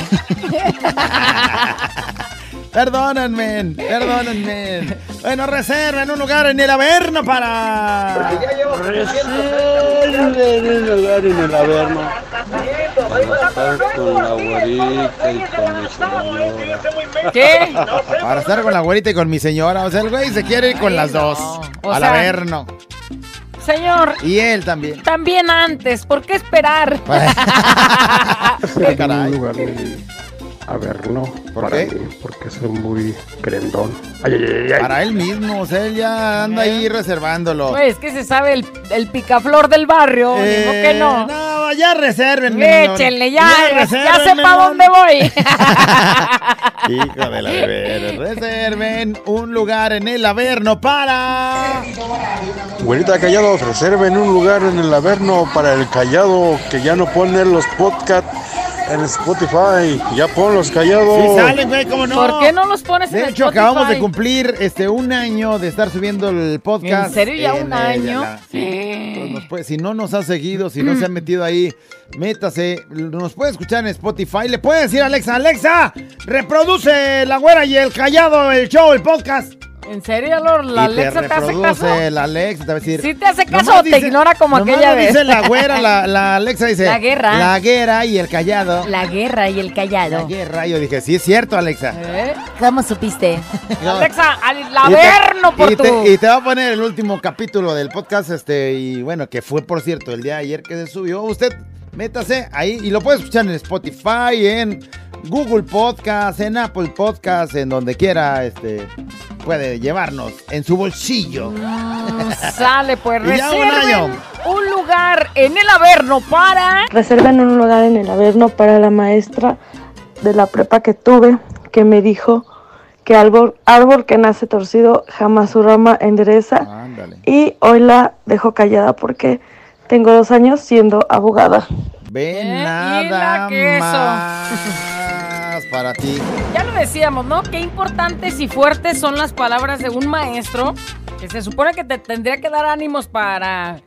Speaker 6: Perdónenme, perdónenme. Bueno, reserven un lugar en el Averno para...
Speaker 13: Reserven un lugar en el Averno. Para estar con la güerita y con mi señora.
Speaker 2: ¿Qué?
Speaker 6: Para estar con la güerita y con mi señora. O sea, el güey se quiere ir con las dos.
Speaker 2: O
Speaker 6: al
Speaker 2: sea-
Speaker 6: Averno.
Speaker 2: Señor,
Speaker 6: Y él también.
Speaker 2: también antes, ¿por qué esperar?
Speaker 6: Pues.
Speaker 12: Reserven un lugar en el Averno para
Speaker 6: qué?
Speaker 12: mí, porque soy muy crendón. Ay, ay, ay, ay.
Speaker 6: Para él mismo, o sea, él ya
Speaker 2: ¿Eh?
Speaker 6: anda ahí reservándolo.
Speaker 2: Pues es que se sabe el, el picaflor del barrio, digo
Speaker 6: Eh,
Speaker 2: que no.
Speaker 6: No, Ahora ya reserven.
Speaker 2: Échenle, ya, ya, sé para dónde voy.
Speaker 6: Hijo de la vera, Reserven un lugar en el Averno para...
Speaker 16: Güerita Callado, reserva en un lugar en el Averno para el Callado que ya no pone los podcasts en Spotify. Ya pon los Callados.
Speaker 6: Sí salen, güey, cómo no.
Speaker 2: ¿Por qué no los pones
Speaker 6: De
Speaker 2: en
Speaker 6: hecho,
Speaker 2: Spotify?
Speaker 6: acabamos de cumplir este un año de estar subiendo el podcast.
Speaker 2: ¿En serio ya
Speaker 6: en,
Speaker 2: un
Speaker 6: eh,
Speaker 2: año? Eh,
Speaker 6: la- Entonces, nos puede- si no nos ha seguido, si no se ha metido ahí, métase. Nos puede escuchar en Spotify. Le puede decir a Alexa, Alexa, reproduce la güera y el callado, el show, el podcast.
Speaker 2: ¿En serio, Lord? ¿La
Speaker 6: Y
Speaker 2: Alexa te, hace
Speaker 6: reproduce
Speaker 2: caso?
Speaker 6: La Alexa te va a decir.
Speaker 2: ¿Sí te hace caso
Speaker 6: nomás
Speaker 2: o te ignora como
Speaker 6: nomás
Speaker 2: aquella
Speaker 6: le
Speaker 2: vez?
Speaker 6: Dice la güera, la, la Alexa dice.
Speaker 2: La guerra.
Speaker 6: La guerra y el callado.
Speaker 2: La guerra y el callado.
Speaker 6: La guerra. Yo dije, sí, es cierto, Alexa.
Speaker 2: ¿Eh?
Speaker 3: ¿Cómo supiste?
Speaker 2: Alexa, al
Speaker 6: Y te-
Speaker 2: averno por
Speaker 6: y
Speaker 2: tu...
Speaker 6: te, y te va a poner el último capítulo del podcast, este, y bueno, que fue, por cierto, el día de ayer que se subió. Usted, métase ahí y lo puede escuchar en Spotify, en Google Podcast, en Apple Podcast, en donde quiera, este, puede llevarnos en su bolsillo.
Speaker 2: Sale, pues,
Speaker 6: Y ya un
Speaker 2: reserven
Speaker 6: año.
Speaker 2: un lugar en el Averno para...
Speaker 17: Reserven un lugar en el Averno para la maestra de la prepa que tuve, que me dijo que árbol, árbol que nace torcido jamás su rama endereza. Y hoy la dejo callada porque tengo dos años siendo abogada.
Speaker 6: Ve
Speaker 2: la
Speaker 6: nada más para ti.
Speaker 2: Ya lo decíamos, ¿no? Qué importantes y fuertes son las palabras de un maestro que se supone que te tendría que dar ánimos para,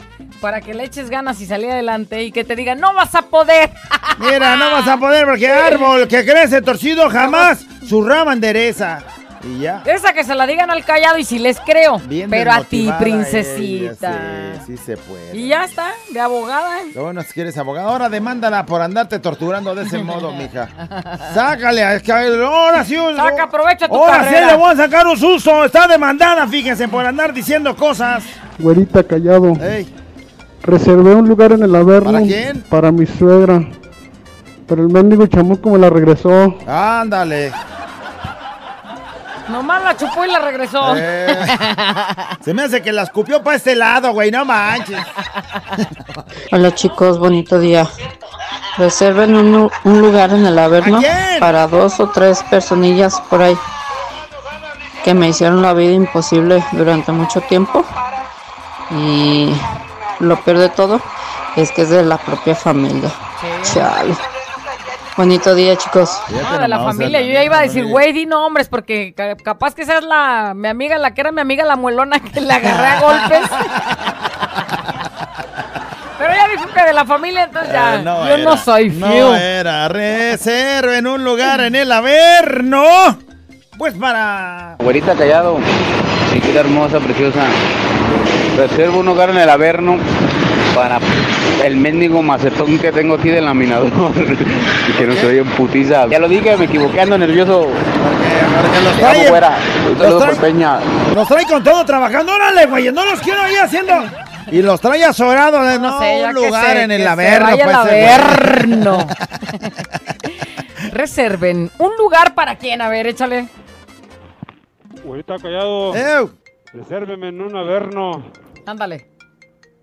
Speaker 2: para que le eches ganas y salir adelante y que te diga, no vas a poder.
Speaker 6: Mira, no vas a poder porque árbol que crece torcido jamás su rama endereza. Y ya.
Speaker 2: Esa que se la digan al callado y si les creo.
Speaker 6: Bien
Speaker 2: pero a ti,
Speaker 6: desmotivada
Speaker 2: princesita.
Speaker 6: ella, sí, sí se puede.
Speaker 2: Y ya está, de abogada.
Speaker 6: Lo bueno es que eres abogado. Ahora demándala por andarte torturando de ese modo, mija. Sácale, es que ahora sí.
Speaker 2: Saca provecho a tu
Speaker 6: ahora sí
Speaker 2: carrera.
Speaker 6: le voy a sacar un susto. Está demandada, fíjense, por andar diciendo cosas.
Speaker 12: Güerita Callado.
Speaker 6: Ey.
Speaker 12: Reservé un lugar en el Averno.
Speaker 2: Mm.
Speaker 6: ¿Para quién?
Speaker 12: Para mi suegra. Pero el mendigo chamuco me la regresó.
Speaker 6: Ándale.
Speaker 2: Nomás la chupó y la regresó.
Speaker 6: Eh, se me hace que la escupió para este lado, güey. No manches.
Speaker 11: Hola chicos, bonito día. Reserven un, lu- un lugar en el Averno para dos o tres personillas por ahí que me hicieron la vida imposible durante mucho tiempo. Y lo peor de todo es que es de la propia familia. Chale. Bonito día chicos.
Speaker 2: No, de la familia. Yo ya iba a decir, güey, di nombres, porque ca- capaz que seas la, mi amiga, la que era mi amiga, la muelona que la agarré a golpes. Pero ya dijo que de la familia, entonces ya.
Speaker 6: Eh, no
Speaker 2: yo
Speaker 6: era.
Speaker 2: no soy
Speaker 6: No
Speaker 2: feo.
Speaker 6: era. Reserven un lugar en el averno. Pues para.
Speaker 18: Güerita Callado, chiquita hermosa, preciosa. Reservo un lugar en el Averno para el mendigo macetón que tengo aquí de laminador. y que no se oye en putiza. Ya lo dije, me equivoqué, ando nervioso. Te amo,
Speaker 6: trae-
Speaker 18: güera. Un
Speaker 6: los
Speaker 18: saludo
Speaker 6: trae-
Speaker 18: por Peña.
Speaker 6: Nos trae con todo trabajando. Órale, güey. No los quiero ir haciendo. Y los trae azorados de no,
Speaker 2: sé, ya
Speaker 6: un
Speaker 2: que
Speaker 6: lugar
Speaker 2: se-
Speaker 6: en
Speaker 2: que
Speaker 6: el
Speaker 2: se
Speaker 6: averno. pues, eh,
Speaker 2: vaya al
Speaker 6: ese güey.
Speaker 2: averno. Reserven un lugar para quién, a ver, échale.
Speaker 13: Güerita Callado.
Speaker 6: Eh,
Speaker 13: Resérveme en un averno.
Speaker 2: Ándale.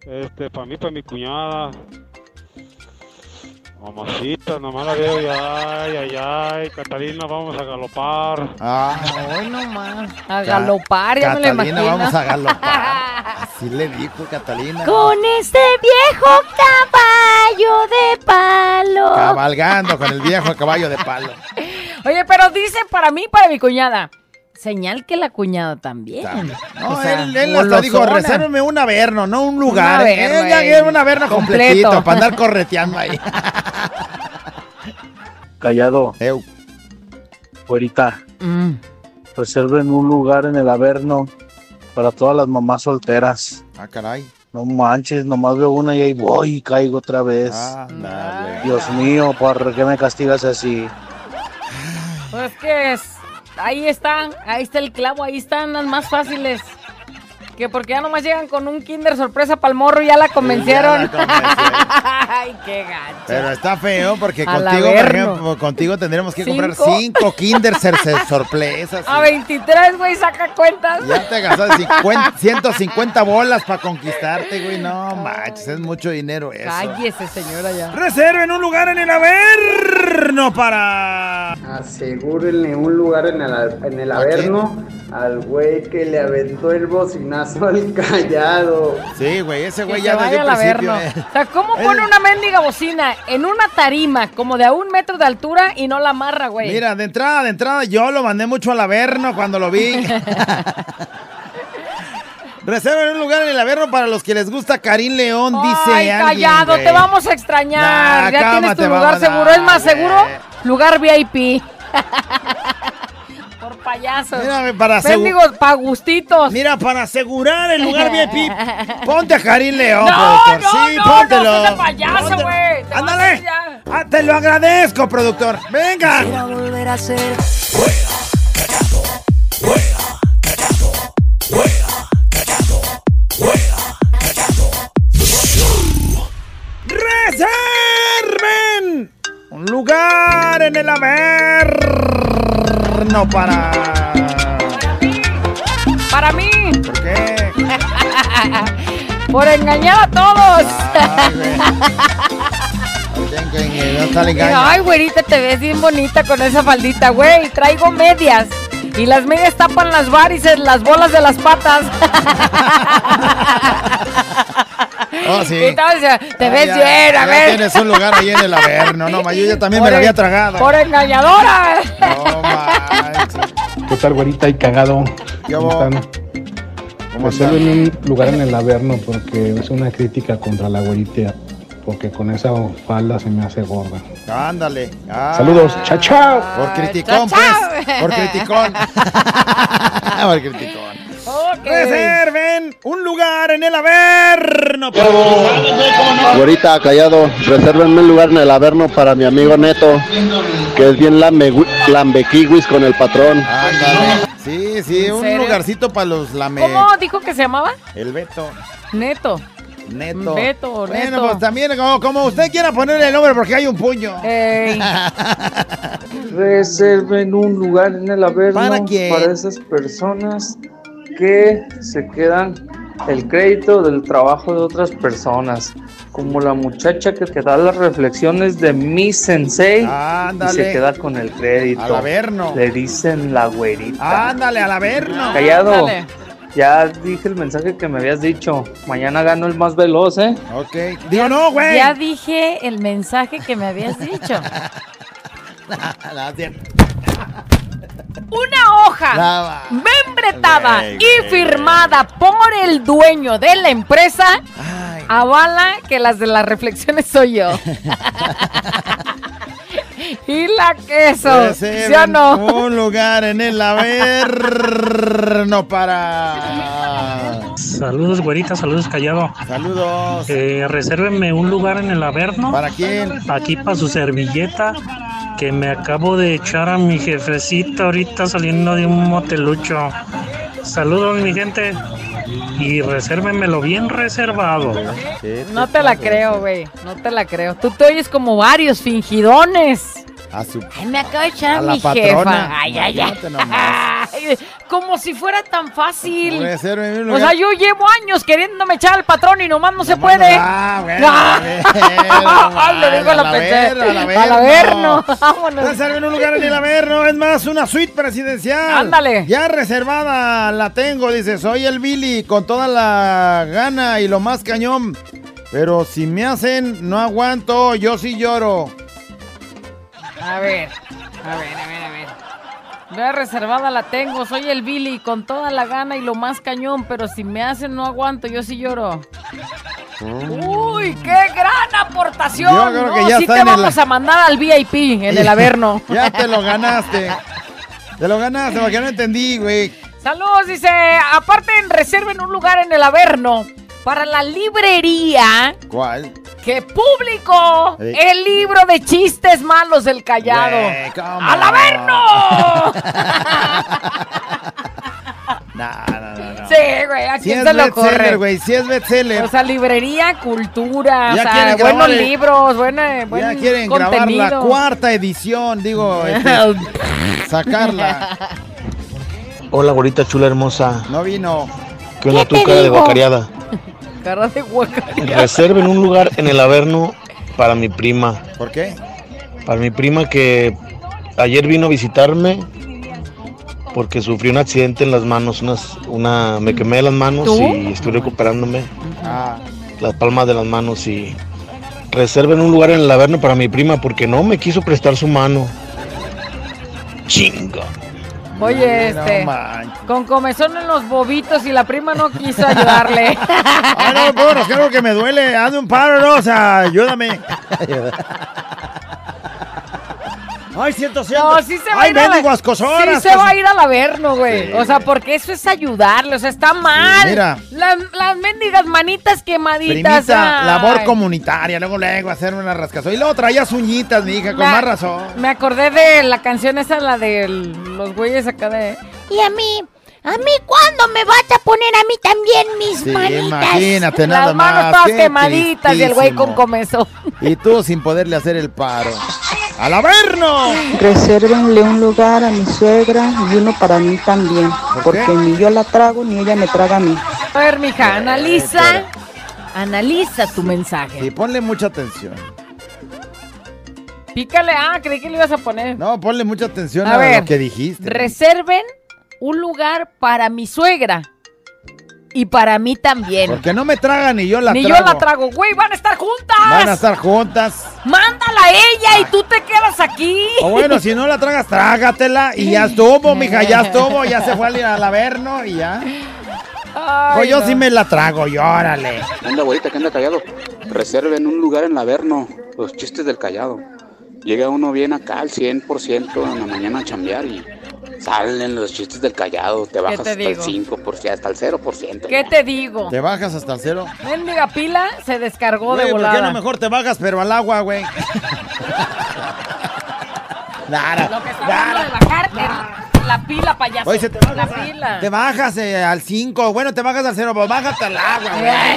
Speaker 13: Este, para mí, para mi cuñada. Mamacita, nomás la veo y ay, ay, ay. Catalina, vamos a galopar.
Speaker 6: Ah,
Speaker 2: no más. A galopar, ya me lo
Speaker 6: Catalina,
Speaker 2: imagino.
Speaker 6: vamos a galopar. Así le dijo Catalina.
Speaker 3: Con este viejo caballo de palo.
Speaker 6: Cabalgando con el viejo caballo de palo.
Speaker 2: Oye, pero dice para mí, para mi cuñada. Señal que la cuñada también.
Speaker 6: No,
Speaker 2: O sea,
Speaker 6: él, él hasta dijo,
Speaker 2: golosona.
Speaker 6: resérveme un averno, no un lugar.
Speaker 2: Un
Speaker 6: Un
Speaker 2: averno,
Speaker 6: él ya
Speaker 2: eh,
Speaker 6: quiere un averno
Speaker 2: completo.
Speaker 6: completito para andar correteando ahí.
Speaker 19: Callado. Güerita.
Speaker 2: Mm.
Speaker 19: Reserven un lugar en el Averno para todas las mamás solteras.
Speaker 6: Ah, caray.
Speaker 19: No manches, nomás veo una y ahí voy y caigo otra vez.
Speaker 2: Pues,
Speaker 18: Ah.
Speaker 6: Ah,
Speaker 2: mm, ah,
Speaker 19: Dios mío, ¿por qué me castigas así?
Speaker 2: Pues que es- ahí están, ahí está el clavo, ahí están las más fáciles. Que porque ya nomás llegan con un Kinder sorpresa para el morro y ya la convencieron. Ay, qué gacho.
Speaker 6: Pero está feo porque
Speaker 2: Al
Speaker 6: contigo, por
Speaker 2: averno.
Speaker 6: ejemplo, contigo tendremos que comprar
Speaker 2: ¿Cinco?
Speaker 6: cinco Kinder Sorpresas. sorpresas.
Speaker 2: A 23, güey, saca cuentas.
Speaker 6: Ya te gastaste 50, 150 bolas para conquistarte, güey. No manches, es mucho dinero eso.
Speaker 2: Cállese, señora, ya.
Speaker 1: Reserven un lugar en el Averno para.
Speaker 7: Asegúrenle un lugar en el, en el averno al güey que le aventó el bocinazo al callado.
Speaker 6: Sí, güey, ese
Speaker 7: güey
Speaker 2: Que se vaya al averno.
Speaker 6: eh.
Speaker 2: O sea, ¿cómo pone una mendiga bocina en una tarima como de a un metro de altura y no la amarra, güey?
Speaker 6: Mira, de entrada, de entrada, yo lo mandé mucho al Averno cuando lo vi. Reserven un lugar en el Averno para los que les gusta Karim León, dice
Speaker 2: Ay,
Speaker 6: alguien,
Speaker 2: callado,
Speaker 6: güey.
Speaker 2: te vamos a extrañar.
Speaker 6: Nah,
Speaker 2: ya tienes
Speaker 6: cálmate,
Speaker 2: tu lugar
Speaker 6: vámonos,
Speaker 2: seguro. Es más
Speaker 6: güey.
Speaker 2: seguro, lugar VIP. Por payasos.
Speaker 6: Mira, para asegu-
Speaker 2: Mendigos, pa' gustitos.
Speaker 1: Mira, para asegurar el lugar VIP, ponte a Karim León,
Speaker 2: No,
Speaker 1: productor.
Speaker 2: no,
Speaker 1: sí,
Speaker 2: no,
Speaker 1: póntelo.
Speaker 2: no seas payaso, güey. Te vas a ir
Speaker 1: Ándale.
Speaker 2: ya.
Speaker 1: Ah, te lo agradezco, productor. Venga.
Speaker 5: volver a ser.
Speaker 1: Reserven un lugar en el Averno para.
Speaker 2: Para mí.
Speaker 1: ¿Por qué?
Speaker 2: Por engañar a todos.
Speaker 6: Eh, no está el engaño.
Speaker 2: Ay, güerita, te ves bien bonita con esa faldita, güey. Traigo medias. Y las medias tapan las varices, las bolas de las patas.
Speaker 6: Oh, sí.
Speaker 2: Y entonces, te
Speaker 6: Ah,
Speaker 2: ves
Speaker 6: ya-
Speaker 2: bien, a
Speaker 6: ya
Speaker 2: ver.
Speaker 6: tienes un lugar ahí en el Averno. No, ma, yo ya también me
Speaker 2: Por
Speaker 6: lo
Speaker 2: en-
Speaker 6: había tragado.
Speaker 2: Por engañadora.
Speaker 8: ¿Qué tal, güerita y cagado? ¿Cómo están? Reserven un lugar Pues en el Averno porque es una crítica contra la güerita, porque con esa falda se me hace gorda.
Speaker 6: Ándale. Ah.
Speaker 8: Saludos, chao, chao.
Speaker 6: Por criticón, pues. Por criticón. por criticón.
Speaker 1: Reserven un lugar en el Averno para.
Speaker 20: Güerita, callado, resérvenme un lugar en el Averno para mi amigo Neto, que es bien lambe, kiwis con el patrón.
Speaker 6: Ándale. Sí, sí,
Speaker 2: ¿En
Speaker 6: un
Speaker 2: serio?
Speaker 6: lugarcito para los lame.
Speaker 2: ¿Cómo dijo que se llamaba?
Speaker 6: El Beto.
Speaker 2: Neto.
Speaker 6: Neto.
Speaker 2: Beto,
Speaker 6: bueno,
Speaker 2: Neto.
Speaker 6: pues también, como, como usted quiera ponerle el nombre, porque hay un puño.
Speaker 21: Eh, Reserven un lugar en el averno
Speaker 6: ¿Para qué?
Speaker 21: para esas personas que se quedan el crédito del trabajo de otras personas, como la muchacha que te da las reflexiones de mi sensei y
Speaker 6: Ándale.
Speaker 21: se queda con el crédito.
Speaker 6: Al averno.
Speaker 21: Le dicen la güerita.
Speaker 6: Ándale, al Averno.
Speaker 21: Callado. Ya dije el mensaje que me habías dicho. Mañana gano el más veloz, ¿eh?
Speaker 6: Ok. Digo, no, güey.
Speaker 2: Ya dije el mensaje que me habías dicho.
Speaker 6: Ah, Gracias.
Speaker 2: Una hoja
Speaker 6: Brava.
Speaker 2: membretada
Speaker 6: Güey,
Speaker 2: y
Speaker 6: güey.
Speaker 2: firmada por el dueño de la empresa Ah, avala que las de las reflexiones soy yo. y la queso.
Speaker 6: Reserven
Speaker 2: ¿Sí o no?
Speaker 6: Un lugar en el Averno para.
Speaker 22: Saludos, güerita, saludos, callado.
Speaker 6: Saludos.
Speaker 22: Eh, resérvenme un lugar en el Averno.
Speaker 6: ¿Para quién?
Speaker 22: Aquí para su servilleta, que me acabo de echar a mi jefecita ahorita saliendo de un motelucho. Saludos, mi gente. Y resérvenmelo bien reservado.
Speaker 2: No te la creo, güey. No te la creo. Tú te oyes como varios fingidones.
Speaker 6: A su.
Speaker 2: Ay, me acabo de echar a,
Speaker 6: A la
Speaker 2: mi
Speaker 6: patrona.
Speaker 2: jefa. Ay, ay, ay.
Speaker 6: Imagínate nomás. Pues,
Speaker 2: Ay, como si fuera tan fácil.
Speaker 6: Reserven un
Speaker 2: O
Speaker 6: lugar.
Speaker 2: sea, yo llevo años queriéndome echar al patrón y nomás no se puede.
Speaker 6: Ah, bueno.
Speaker 2: Ah.
Speaker 6: Ay,
Speaker 2: lo Ah, digo, lo pensé. Al Averno, vámonos.
Speaker 6: Reserven un lugar en el Averno. Es más, una suite presidencial.
Speaker 2: Ándale.
Speaker 6: Ya reservada la tengo. Dice, soy el Billy con toda la gana y lo más cañón. Pero si me hacen, no aguanto. Yo sí lloro.
Speaker 2: A ver, a ver, a ver, a ver. Vea reservada la tengo, soy el Billy con toda la gana y lo más cañón, pero si me hacen no aguanto, yo sí lloro. Uy, qué gran aportación.
Speaker 6: Yo creo
Speaker 2: No,
Speaker 6: que ya
Speaker 2: sí
Speaker 6: está
Speaker 2: te
Speaker 6: en el-
Speaker 2: vamos a mandar al VIP en el Averno.
Speaker 6: ya te lo ganaste. Te lo ganaste porque no entendí, güey.
Speaker 2: Saludos, dice, aparte reserven un lugar en el Averno para la librería
Speaker 6: ¿Cuál?
Speaker 2: que publicó
Speaker 6: Sí.
Speaker 2: el libro de chistes malos del callado.
Speaker 6: Güey, ¿cómo?
Speaker 2: ¡Al Averno!
Speaker 6: No, no, no, no.
Speaker 2: sé, güey. ¿A
Speaker 6: Si
Speaker 2: quién
Speaker 6: es
Speaker 2: se lo
Speaker 6: bestseller,
Speaker 2: corre?
Speaker 6: güey, si es bestseller.
Speaker 2: O sea, librería, cultura, o
Speaker 6: Ya
Speaker 2: sea,
Speaker 6: quieren
Speaker 2: buenos
Speaker 6: grabar el-
Speaker 2: libros, buena, buen
Speaker 6: ya quieren grabar
Speaker 2: contenido.
Speaker 6: la cuarta edición, digo, este, sacarla.
Speaker 19: Hola, gorita chula hermosa.
Speaker 6: No vino.
Speaker 19: ¿Qué onda tú, cara de guacareada?
Speaker 2: Cara de guaca.
Speaker 19: Reserven un lugar en el Averno para mi prima.
Speaker 6: ¿Por qué?
Speaker 19: Para mi prima que ayer vino a visitarme porque sufrió un accidente en las manos, unas, una, me quemé las manos
Speaker 4: ¿Tú?
Speaker 19: y estoy recuperándome
Speaker 6: Ah,
Speaker 19: las palmas de las manos y reserven un lugar en el Averno para mi prima porque no me quiso prestar su mano. Chinga.
Speaker 2: Oye,
Speaker 19: No
Speaker 2: este,
Speaker 19: manches.
Speaker 2: con comezón en los bobitos y la prima no quiso ayudarle.
Speaker 1: Ah, no, puedo rascar lo que me duele. Hazme un paro, Rosa. Ayúdame. Ay, siento, siento.
Speaker 2: No, sí se va a
Speaker 1: Ay,
Speaker 2: ir a la-
Speaker 1: mendigo ascosoras,
Speaker 2: Sí se va
Speaker 1: casi.
Speaker 2: a ir al averno, güey.
Speaker 1: Sí,
Speaker 2: o sea, porque eso es ayudarle, o sea, está mal.
Speaker 6: mira.
Speaker 2: Las, las mendigas manitas quemaditas.
Speaker 6: primita, labor
Speaker 2: ay.
Speaker 6: comunitaria, luego luego hacer una rascazón. Y luego traías uñitas, mi hija,
Speaker 2: Me-
Speaker 6: con más razón.
Speaker 2: Me acordé de la canción esa, la de los güeyes acá de...
Speaker 3: Y a mí, a mí, ¿cuándo me vas a poner a mí también mis
Speaker 6: Sí,
Speaker 3: manitas?
Speaker 6: imagínate nada
Speaker 2: Las manos
Speaker 6: más,
Speaker 2: todas
Speaker 6: qué
Speaker 2: quemaditas y el güey con
Speaker 6: tristísimo.
Speaker 2: comezón.
Speaker 6: Y tú sin poderle hacer el paro. ¡Al averno!
Speaker 11: Resérvenle un lugar a mi suegra y uno para mí también,
Speaker 6: ¿Por qué?
Speaker 11: porque ni yo la trago ni ella me traga a mí.
Speaker 2: A ver,
Speaker 6: Eh,
Speaker 2: mija, analiza, analiza tu mensaje.
Speaker 6: Y ponle mucha atención.
Speaker 2: Pícale, ah, creí que le ibas a poner.
Speaker 6: No, ponle mucha atención
Speaker 2: A
Speaker 6: a,
Speaker 2: ver,
Speaker 6: lo que dijiste.
Speaker 2: Reserven un lugar para mi suegra y para mí también.
Speaker 6: Porque no me tragan ni yo la
Speaker 2: Ni
Speaker 6: trago.
Speaker 2: yo la trago, güey, van a estar juntas.
Speaker 6: Van a estar juntas.
Speaker 2: Mándala a ella y tú te quedas aquí.
Speaker 6: O bueno, si no la tragas, trágatela. Y ya estuvo, mija, ya estuvo. Ya se fue al, al averno y ya.
Speaker 2: Ay,
Speaker 6: Pues yo
Speaker 2: no.
Speaker 6: sí me la trago, y órale.
Speaker 23: ¿Qué onda, güerita? ¿Qué anda callado? Reserven un lugar en el Averno, los chistes del callado. Llega uno bien acá al 100% en la mañana a chambear y salen los chistes del callado, te bajas
Speaker 2: te
Speaker 23: hasta el
Speaker 2: digo?
Speaker 23: 5%, hasta el 0%.
Speaker 2: ¿Qué te digo?
Speaker 6: ¿Te bajas hasta el cero?
Speaker 2: Mendiga pila se descargó
Speaker 6: Güey,
Speaker 2: de
Speaker 6: ¿por
Speaker 2: volada.
Speaker 6: qué no mejor te bajas, pero al agua, güey? Nara.
Speaker 2: Lo que está hablando de bajar es la pila, payaso.
Speaker 6: Ah. Oye, se te baja
Speaker 2: la
Speaker 6: esa-
Speaker 2: pila.
Speaker 6: Te bajas eh, al 5, bueno, te bajas al 0, pues bájate al agua,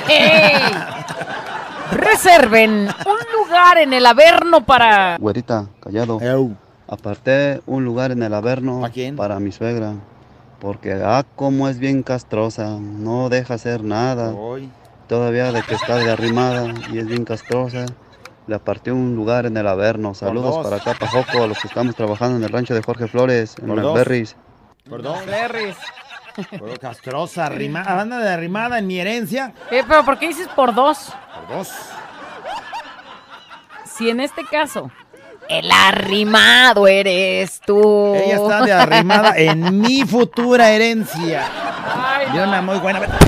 Speaker 2: Ey.
Speaker 6: güey.
Speaker 2: Reserven un lugar en el Averno para...
Speaker 24: Güerita, callado. Aparté un lugar en el Averno para mi suegra. Porque, ah, como es bien castrosa, no deja hacer nada. Todavía de que está de arrimada y es bien castrosa. Le aparté un lugar en el Averno. Saludos
Speaker 6: dos.
Speaker 24: para acá, Pajoco, a los que estamos trabajando en el rancho de Jorge Flores, en
Speaker 6: Por
Speaker 24: los
Speaker 6: dos.
Speaker 24: Berries.
Speaker 6: Perdón.
Speaker 2: Berries.
Speaker 6: Pero castrosa, arrimada, banda de arrimada en mi herencia.
Speaker 2: Eh, pero ¿por qué dices por dos?
Speaker 6: Por dos.
Speaker 2: Si en este caso, el arrimado eres
Speaker 24: Oh.
Speaker 2: tú.
Speaker 6: Ella está de arrimada en mi futura herencia.
Speaker 2: Ay,
Speaker 6: De una muy buena.
Speaker 2: cállate.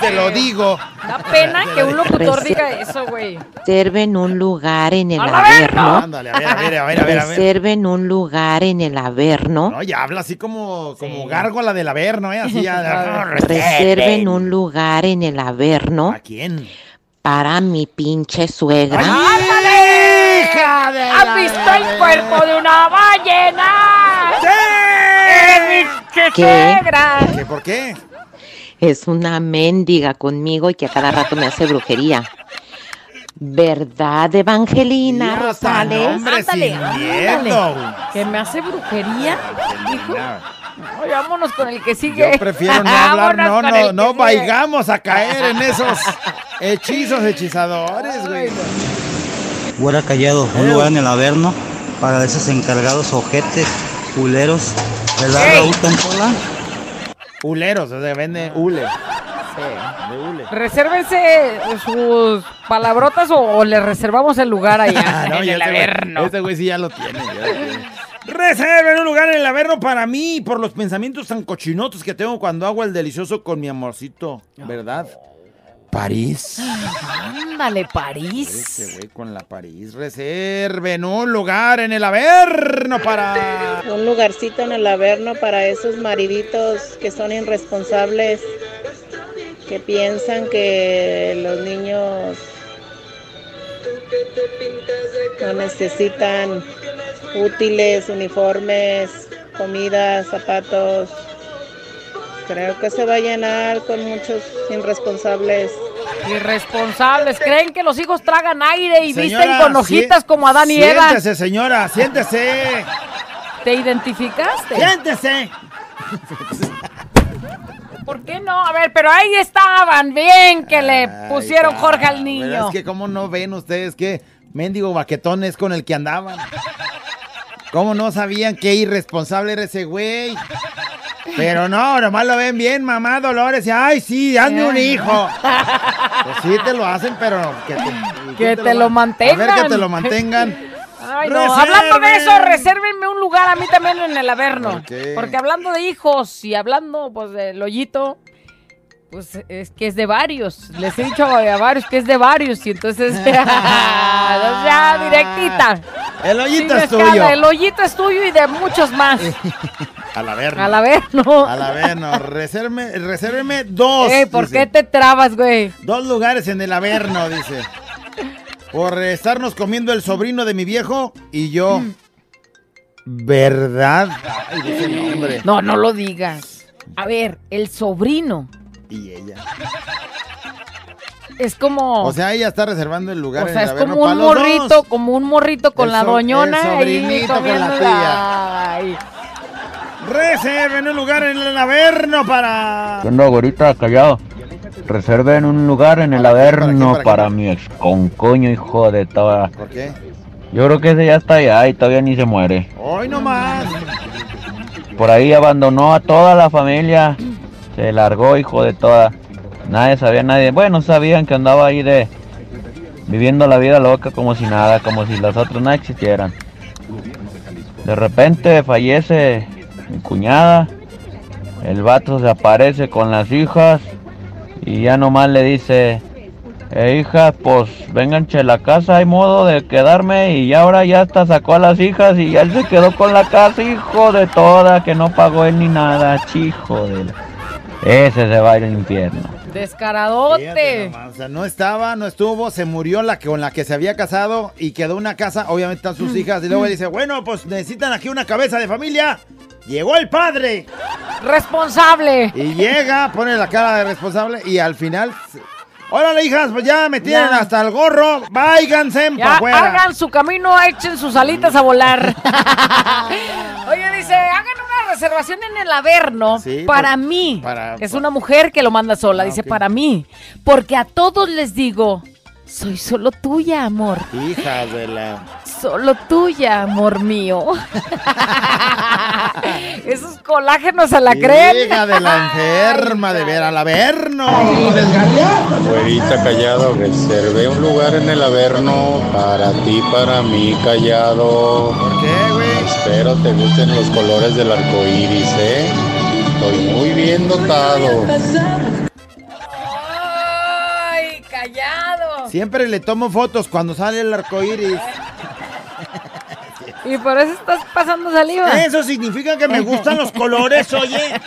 Speaker 6: Te lo digo.
Speaker 2: Da pena que un locutor
Speaker 25: Reci-
Speaker 2: diga eso, güey.
Speaker 25: Reserven un lugar en el
Speaker 2: ¡A la verga!
Speaker 24: ¿Ah?
Speaker 25: Averno.
Speaker 6: Ándale, a ver, a ver, a ver, a ver, a ver.
Speaker 25: Reserven un lugar en el Averno.
Speaker 6: No, ya habla así como, como gárgola del averno, ¿eh? Así ya.
Speaker 25: Reserven un lugar en el Averno. ¿A
Speaker 6: quién?
Speaker 25: Para mi pinche suegra.
Speaker 2: ¡Ándale!
Speaker 6: ¡Hija de
Speaker 2: ¿Has visto el cuerpo de una ballena? ¡Sí! ¡Eres mi che-
Speaker 25: ¿Qué?
Speaker 2: suegra!
Speaker 6: ¿Qué, ¿Por qué?
Speaker 25: Es una mendiga conmigo y que a cada rato me hace brujería. ¿Verdad, Evangelina Rosales?
Speaker 2: Ándale, ándale. ¿Que me hace brujería? Dijo. Ay, vámonos con el que sigue.
Speaker 6: Yo prefiero no hablar,
Speaker 2: Vámonos
Speaker 6: no,
Speaker 2: con
Speaker 6: no,
Speaker 2: el
Speaker 6: no
Speaker 2: que sigue.
Speaker 6: vayamos a caer en esos hechizos hechizadores, güey.
Speaker 26: Güera Callado, un lugar en el Averno para esos encargados ojetes, culeros, el Raúl Tampola.
Speaker 6: Huleros, o sea, vende hule. De hule.
Speaker 2: Resérvense sus palabrotas o, o les reservamos el lugar allá.
Speaker 6: Ah, no,
Speaker 2: en
Speaker 6: ya
Speaker 2: el
Speaker 6: este güey-
Speaker 2: Averno.
Speaker 6: Este güey sí ya lo tiene. ya lo tiene. Reserven un lugar en el averno para mí por los pensamientos tan cochinotos que tengo cuando hago el delicioso con mi amorcito, ¿verdad? París.
Speaker 2: Ándale, París.
Speaker 6: Ese güey con la París. Reserven un lugar en el averno para...
Speaker 27: Un lugarcito en el averno para esos mariditos que son irresponsables, que piensan que los niños no necesitan útiles, uniformes, comida, zapatos. Creo que se va a llenar con muchos irresponsables.
Speaker 2: Irresponsables, creen que los hijos tragan aire y visten
Speaker 1: Señora,
Speaker 2: con hojitas
Speaker 1: si-
Speaker 2: como Adán y Eva.
Speaker 1: Siéntese, señora, siéntese.
Speaker 2: ¿Te identificaste?
Speaker 1: ¡Siéntese!
Speaker 2: ¿Por qué no? A ver, pero ahí estaban, bien que le pusieron
Speaker 6: está.
Speaker 2: Jorge al
Speaker 6: Pero
Speaker 2: niño.
Speaker 6: Es que cómo no ven ustedes que mendigo baquetón es con el que andaban. ¿Cómo no sabían qué irresponsable era ese güey? Pero no, nomás lo ven bien, mamá Dolores. y, Ay, sí, hazme
Speaker 2: Eh.
Speaker 6: un hijo. Pues sí te lo hacen, pero que te,
Speaker 2: Que
Speaker 6: que
Speaker 2: te lo mantengan.
Speaker 6: A ver que te lo mantengan.
Speaker 2: Ay, no, Hablando de eso, resérvenme un lugar a mí también en el Averno.
Speaker 6: ¿Por qué?
Speaker 2: Porque hablando de hijos y hablando pues del hoyito, pues es que es de varios. Les he dicho a varios que es de varios y entonces... o sea, directita.
Speaker 6: El hoyito
Speaker 2: Sin
Speaker 6: es
Speaker 2: escala,
Speaker 6: tuyo.
Speaker 2: El hoyito es tuyo y de muchos más.
Speaker 6: Al averno.
Speaker 2: Al Averno.
Speaker 6: Al averno. Resérveme, resérveme dos.
Speaker 2: Ey, Eh, ¿por
Speaker 6: dice.
Speaker 2: qué te trabas, güey?
Speaker 6: Dos lugares en el Averno, dice. Por estarnos comiendo el sobrino de mi viejo y yo. ¿Verdad? Ay, dice el nombre.
Speaker 2: No, no lo digas. A ver, el sobrino
Speaker 6: Y ella.
Speaker 2: es como...
Speaker 6: O sea, ella está reservando el lugar
Speaker 2: O
Speaker 6: en
Speaker 2: sea,
Speaker 6: el
Speaker 2: es
Speaker 6: Averno
Speaker 2: como
Speaker 6: para
Speaker 2: un
Speaker 6: los dos.
Speaker 2: morrito, como un morrito con
Speaker 6: El
Speaker 2: la
Speaker 6: so- el
Speaker 2: doñona ahí
Speaker 6: sobrinito con la
Speaker 2: comiéndola. Ay.
Speaker 1: Reserven un lugar en el Averno para.
Speaker 4: ¿Qué onda, güerita? Callado. Reserven un lugar en el Averno para mi ex con coño, hijo de toda.
Speaker 6: ¿Por qué?
Speaker 4: Yo creo que ese ya está allá y todavía ni se muere.
Speaker 6: Hoy nomás.
Speaker 4: Por ahí abandonó a toda la familia. Se largó, hijo de toda. Nadie sabía, nadie. Bueno, sabían que andaba ahí de. Viviendo la vida loca como si nada, como si las otras no existieran. De repente fallece mi cuñada. El vato se aparece con las hijas. Y ya nomás le dice. Eh, hijas, pues vénganse a la casa, hay modo de quedarme y ya ahora ya hasta sacó a las hijas y ya él se quedó con la casa, hijo de toda, que no pagó él ni nada, chico de la- Ese se va a ir al infierno.
Speaker 2: Descaradote.
Speaker 6: O sea, no estaba, no estuvo, se murió la que, con la que se había casado y quedó una casa. Obviamente están sus hijas. Y luego él dice: Bueno, pues necesitan aquí una cabeza de familia. Llegó el padre.
Speaker 2: Responsable.
Speaker 6: Y llega, pone la cara de responsable y al final. se- Órale, hijas, pues ya me tienen
Speaker 2: Ya.
Speaker 6: hasta el gorro. Váiganse para
Speaker 2: Ya
Speaker 6: afuera.
Speaker 2: hagan su camino, echen sus alitas a volar. Oye, dice, hagan una reservación en el Averno
Speaker 6: Sí,
Speaker 2: para
Speaker 6: por-
Speaker 2: mí.
Speaker 6: para-
Speaker 2: es
Speaker 6: pa- Ah,
Speaker 2: una mujer que lo manda sola, dice,
Speaker 6: ok.
Speaker 2: para mí. Porque a todos les digo, soy solo tuya, amor.
Speaker 6: Hijas de la.
Speaker 2: Solo tuya, amor mío. Esos colágenos a la creen.
Speaker 6: Hija de la enferma de ver al averno.
Speaker 10: Güerita callado, reservé un lugar en el Averno para ti, para mí, callado. ¿Por
Speaker 6: qué, güey?
Speaker 10: Espero te gusten los colores del arco iris, ¿eh? Estoy muy bien dotado.
Speaker 2: Ay, callado.
Speaker 6: Siempre le tomo fotos cuando sale el arco iris.
Speaker 2: Y por eso estás pasando saliva.
Speaker 1: Eso significa que me gustan los colores, oye.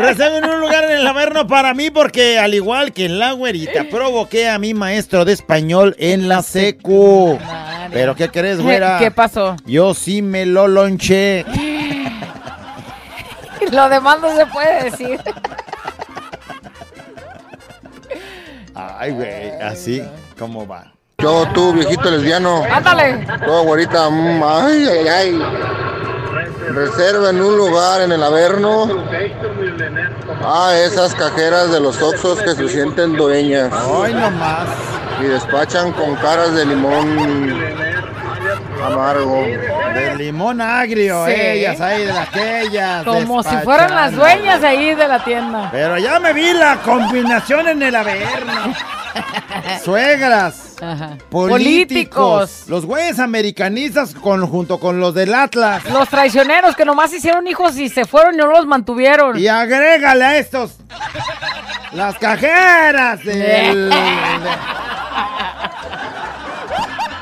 Speaker 1: Reserven un lugar en el Averno para mí porque al igual que en la güerita
Speaker 6: provoqué a mi maestro de español en la secu. Pero ¿qué crees, güera?
Speaker 2: ¿Qué pasó?
Speaker 6: Yo sí me lo lonché.
Speaker 2: Lo demás no se puede decir.
Speaker 6: Ay, güey, así como va.
Speaker 10: Yo, tú, viejito lesbiano.
Speaker 2: Ándale.
Speaker 10: Todo, güerita. mm, Ay, ay, ay. Reserva en un lugar en el Averno a Ah, esas cajeras de los Oxos que se sienten dueñas.
Speaker 6: Ay, nomás.
Speaker 10: Y despachan con caras de limón amargo.
Speaker 6: De limón agrio,
Speaker 2: Sí.
Speaker 6: ellas ahí de aquellas.
Speaker 2: Como si fueran las dueñas ahí de la tienda.
Speaker 6: Pero ya me vi la combinación en el averno. Suegras. Políticos.
Speaker 2: Políticos.
Speaker 6: Los güeyes americanistas con, junto con los del Atlas.
Speaker 2: Los traicioneros que nomás hicieron hijos y se fueron y no los mantuvieron.
Speaker 6: Y agrégale a estos. Las cajeras del-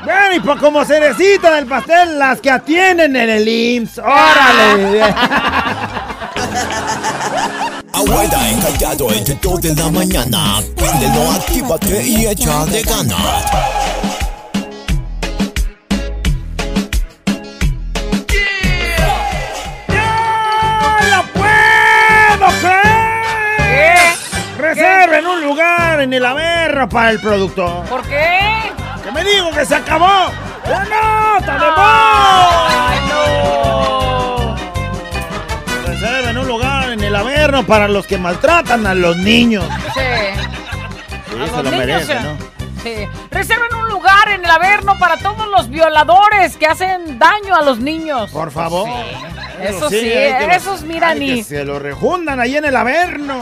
Speaker 6: Bueno, y por como cerecita del pastel, las que atienden en el IMSS. ¡Órale!
Speaker 28: Abuela encallado el dos de la mañana. Préndelo, actívate y échale ganas.
Speaker 1: ¡No lo puedo creer!
Speaker 6: en el averno para el productor.
Speaker 2: ¿Por qué?
Speaker 6: ¡Que me digo que se acabó! ¡La nota de voz! Reserven un lugar Pues en el averno para los que maltratan a los niños.
Speaker 2: Sí.
Speaker 6: Sí,
Speaker 2: A
Speaker 6: se
Speaker 2: los
Speaker 6: lo
Speaker 2: niños,
Speaker 6: merece,
Speaker 2: eh.
Speaker 6: ¿no?
Speaker 2: Sí. Reserven un lugar en el Averno para todos los violadores que hacen daño a los niños.
Speaker 6: Por favor.
Speaker 2: Eso sí, eh,
Speaker 6: hay que
Speaker 2: esos miran
Speaker 6: hay que
Speaker 2: y-
Speaker 6: Se lo rejundan ahí en el Averno.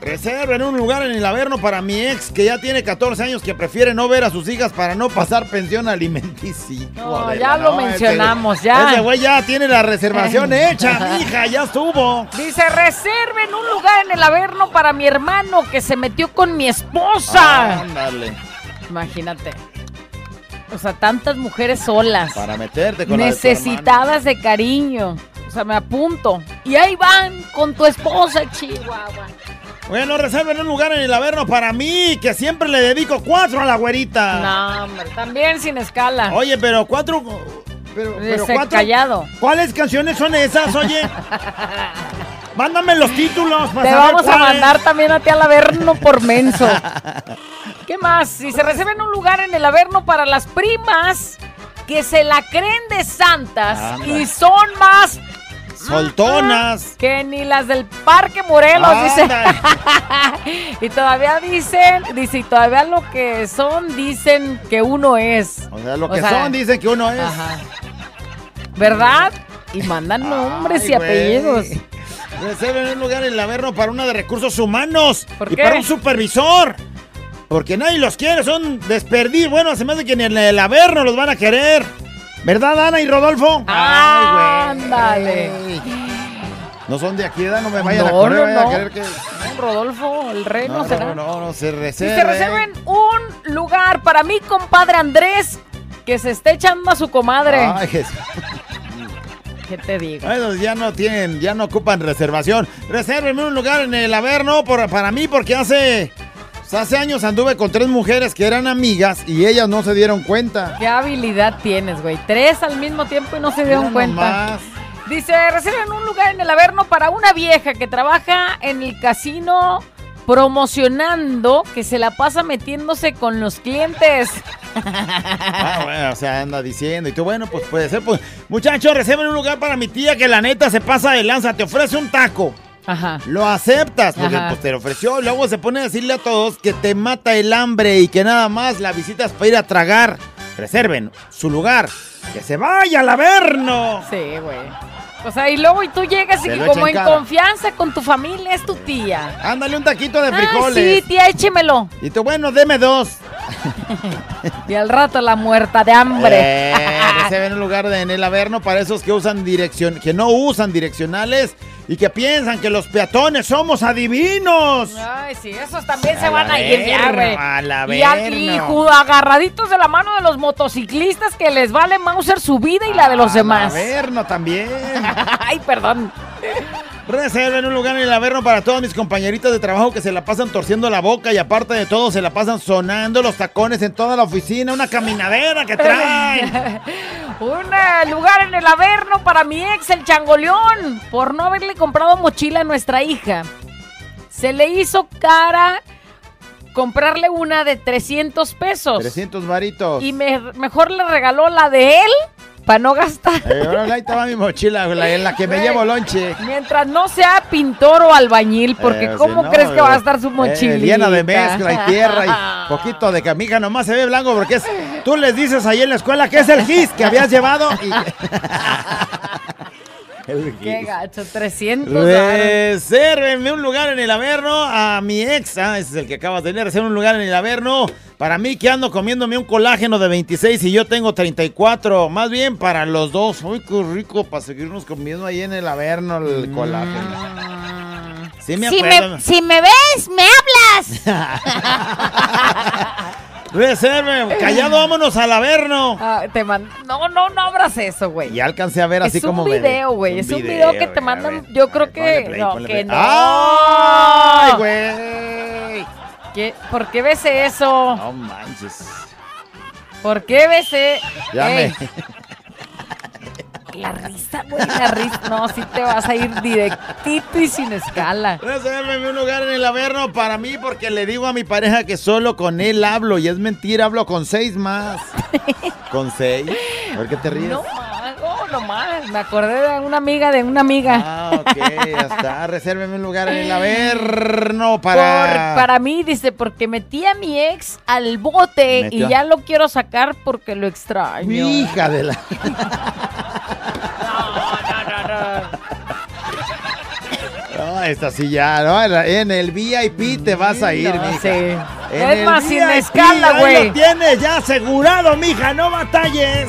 Speaker 6: Reserven un lugar en el Averno para mi ex que ya tiene 14 años que prefiere no ver a sus hijas para no pasar pensión alimenticia.
Speaker 2: No,
Speaker 6: Adela,
Speaker 2: ya lo
Speaker 6: no,
Speaker 2: mencionamos,
Speaker 6: ese-
Speaker 2: ya. Eh.
Speaker 6: Ese güey ya tiene la reservación hecha, mija, ya estuvo.
Speaker 2: Dice, reserven un lugar en el Averno para mi hermano que se metió con mi esposa.
Speaker 6: Ándale.
Speaker 2: Imagínate. O sea, tantas mujeres solas.
Speaker 6: Para meterte con la de tu
Speaker 2: necesitadas de, cariño. O sea, me apunto. Y ahí van con tu esposa, Chihuahua.
Speaker 6: Bueno, reserven un lugar en el Averno para mí que siempre le dedico cuatro a la güerita.
Speaker 2: No, hombre, también sin escala.
Speaker 6: Ah. Oye, pero cuatro. Pero, pero
Speaker 2: Ese
Speaker 6: cuatro-
Speaker 2: callado.
Speaker 6: ¿Cuáles canciones son esas, oye? Mándame los títulos para
Speaker 2: Te
Speaker 6: saber
Speaker 2: vamos Pues a
Speaker 6: cuáles.
Speaker 2: mandar también a ti al Averno por menso. ¿Qué más? Si se reciben un lugar en el Averno para las primas que se la creen de santas
Speaker 6: Anda.
Speaker 2: y son más
Speaker 6: Soltonas.
Speaker 2: que ni las del Parque Morelos, dice. y todavía dicen, dice, y todavía lo que son dicen que uno es.
Speaker 6: O sea, lo
Speaker 2: O
Speaker 6: que
Speaker 2: sea,
Speaker 6: son dicen que uno es.
Speaker 2: Ajá. ¿Verdad? Y mandan nombres y
Speaker 6: Ay, güey.
Speaker 2: apellidos.
Speaker 6: Reserven Pues, un lugar en el Averno para una de recursos humanos. y
Speaker 2: qué?
Speaker 6: para un supervisor. Porque nadie los quiere, son desperdiz. Bueno, se me hace que ni en el Averno los van a querer. ¿Verdad, Ana y Rodolfo?
Speaker 2: Ándale.
Speaker 6: No son de aquí, ¿verdad? No me vayan a
Speaker 2: No,
Speaker 6: correr,
Speaker 2: no,
Speaker 6: vayan a
Speaker 2: no.
Speaker 6: querer que...
Speaker 2: Rodolfo, el rey no,
Speaker 6: No,
Speaker 2: será.
Speaker 6: no, no, no,
Speaker 2: Si
Speaker 6: se reserven.
Speaker 2: se reserven un lugar para mi compadre Andrés, que se esté echando a su comadre.
Speaker 6: Ay, Jesús.
Speaker 2: ¿Qué te digo?
Speaker 6: Bueno, ya no tienen, ya no ocupan reservación. Resérvenme un lugar en el Averno por- para mí porque hace pues, hace años anduve con tres mujeres que eran amigas y ellas no se dieron cuenta.
Speaker 2: ¿Qué habilidad tienes, güey? Tres al mismo tiempo y no se dieron
Speaker 6: Mira
Speaker 2: cuenta.
Speaker 6: nomás.
Speaker 2: Dice, reserven un lugar en el Averno para una vieja que trabaja en el casino promocionando que se la pasa metiéndose con los clientes.
Speaker 6: Ah, bueno, o sea, anda diciendo y tú bueno, pues puede ser, pues muchachos, reserven un lugar para mi tía que la neta se pasa de lanza, te ofrece un taco.
Speaker 2: Ajá.
Speaker 6: Lo aceptas porque
Speaker 2: Ajá.
Speaker 6: pues, te lo ofreció, luego se pone a decirle a todos que te mata el hambre y que nada más la visitas para ir a tragar. Reserven su lugar. Que se vaya al Averno.
Speaker 2: Sí, güey. O sea, y luego y tú llegas y
Speaker 6: Se
Speaker 2: que
Speaker 6: lo
Speaker 2: como en
Speaker 6: echa en cara.
Speaker 2: confianza con tu familia es tu tía.
Speaker 6: Ándale un taquito de
Speaker 2: Ah,
Speaker 6: frijoles.
Speaker 2: sí, tía, échemelo.
Speaker 6: Y tú, bueno, deme dos.
Speaker 2: Y al rato la muerta de hambre.
Speaker 6: Eh, se ve en un lugar de, en el Averno para esos que usan dirección, que no usan direccionales y que piensan que los peatones somos adivinos.
Speaker 2: Ay, sí, esos también
Speaker 6: A
Speaker 2: se van
Speaker 6: la
Speaker 2: a ir ya,
Speaker 6: verno,
Speaker 2: güey.
Speaker 6: a la
Speaker 2: Y al- Y,
Speaker 6: verno.
Speaker 2: ju- agarraditos de la mano de los motociclistas que les vale Mauser su vida y la de los demás.
Speaker 6: Ah, Averno también.
Speaker 2: Ay, perdón.
Speaker 6: Reserven un lugar en el Averno para todas mis compañeritas de trabajo que se la pasan torciendo la boca y aparte de todo se la pasan sonando los tacones en toda la oficina, una caminadera que traen.
Speaker 2: Un eh, lugar en el Averno para mi ex, el Changoleón, por no haberle comprado mochila a nuestra hija. Se le hizo cara comprarle una de 300 pesos.
Speaker 6: 300 varitos.
Speaker 2: Y me- mejor le regaló la de él para no gastar.
Speaker 6: Eh, órale, ahí estaba mi mochila, la- en la que me llevo lonche.
Speaker 2: Mientras no sea pintor o albañil, porque
Speaker 6: Eh, sí,
Speaker 2: ¿cómo
Speaker 6: no,
Speaker 2: crees que va a
Speaker 6: eh,
Speaker 2: estar su
Speaker 6: eh,
Speaker 2: mochila?
Speaker 6: llena de mezcla y tierra y poquito de camija. Nomás se ve blanco porque es, tú les dices ahí en la escuela que es el gis que habías llevado. y- El
Speaker 2: Qué
Speaker 6: gis.
Speaker 2: gacho, 300 dólares.
Speaker 6: Resérvenme un lugar en el Averno a mi ex. Ah, ese es el que acabas de leer. Reserven un lugar en el Averno para mí que ando comiéndome un colágeno de 26 y yo tengo 34. Más bien para los dos. Uy, qué rico para seguirnos comiendo ahí en el Averno el
Speaker 2: Mm.
Speaker 6: colágeno. Sí, me
Speaker 7: si,
Speaker 6: acuerdo.
Speaker 7: me, si me ves, me hablas.
Speaker 6: Reserve, callado, vámonos al averno.
Speaker 2: Ah, te man- No, no, no abras eso, güey.
Speaker 6: Ya alcancé a ver así
Speaker 2: es
Speaker 6: como
Speaker 2: un
Speaker 6: bebé.
Speaker 2: video, güey. Es un video, que te mandan. yo creo que.
Speaker 6: play,
Speaker 2: no,
Speaker 6: ponle
Speaker 2: que
Speaker 6: play.
Speaker 2: no.
Speaker 6: ¡Ay, güey!
Speaker 2: ¿Qué- ¿Por qué ves eso?
Speaker 6: No manches.
Speaker 2: ¿Por qué ves eso?
Speaker 6: Ya me-
Speaker 2: que e-? la risa, güey, la risa. No, sí te vas a ir directito y sin escala.
Speaker 6: Resérveme un lugar en el Averno para mí porque le digo a mi pareja que solo con él hablo y es mentira, hablo con seis más. ¿Con seis? ¿Por qué te ríes?
Speaker 2: No, ma, no, no más. Me acordé de una amiga de una amiga.
Speaker 6: Ah, ok, ya está. Resérveme un lugar en el Averno
Speaker 2: Por-
Speaker 6: para...
Speaker 2: para mí, dice, porque metí a mi ex al bote
Speaker 6: Metió
Speaker 2: y
Speaker 6: a-
Speaker 2: ya lo quiero sacar porque lo extraño.
Speaker 6: Mi hija de la... No, esta sí ya, ¿no? En la- En el VIP te vas a ir,
Speaker 2: No,
Speaker 6: mija.
Speaker 2: sí.
Speaker 6: En
Speaker 2: Es
Speaker 6: el
Speaker 2: más, sin
Speaker 6: VIP,
Speaker 2: escala,
Speaker 6: ahí
Speaker 2: güey.
Speaker 6: lo tienes ya asegurado, mija, no batalles.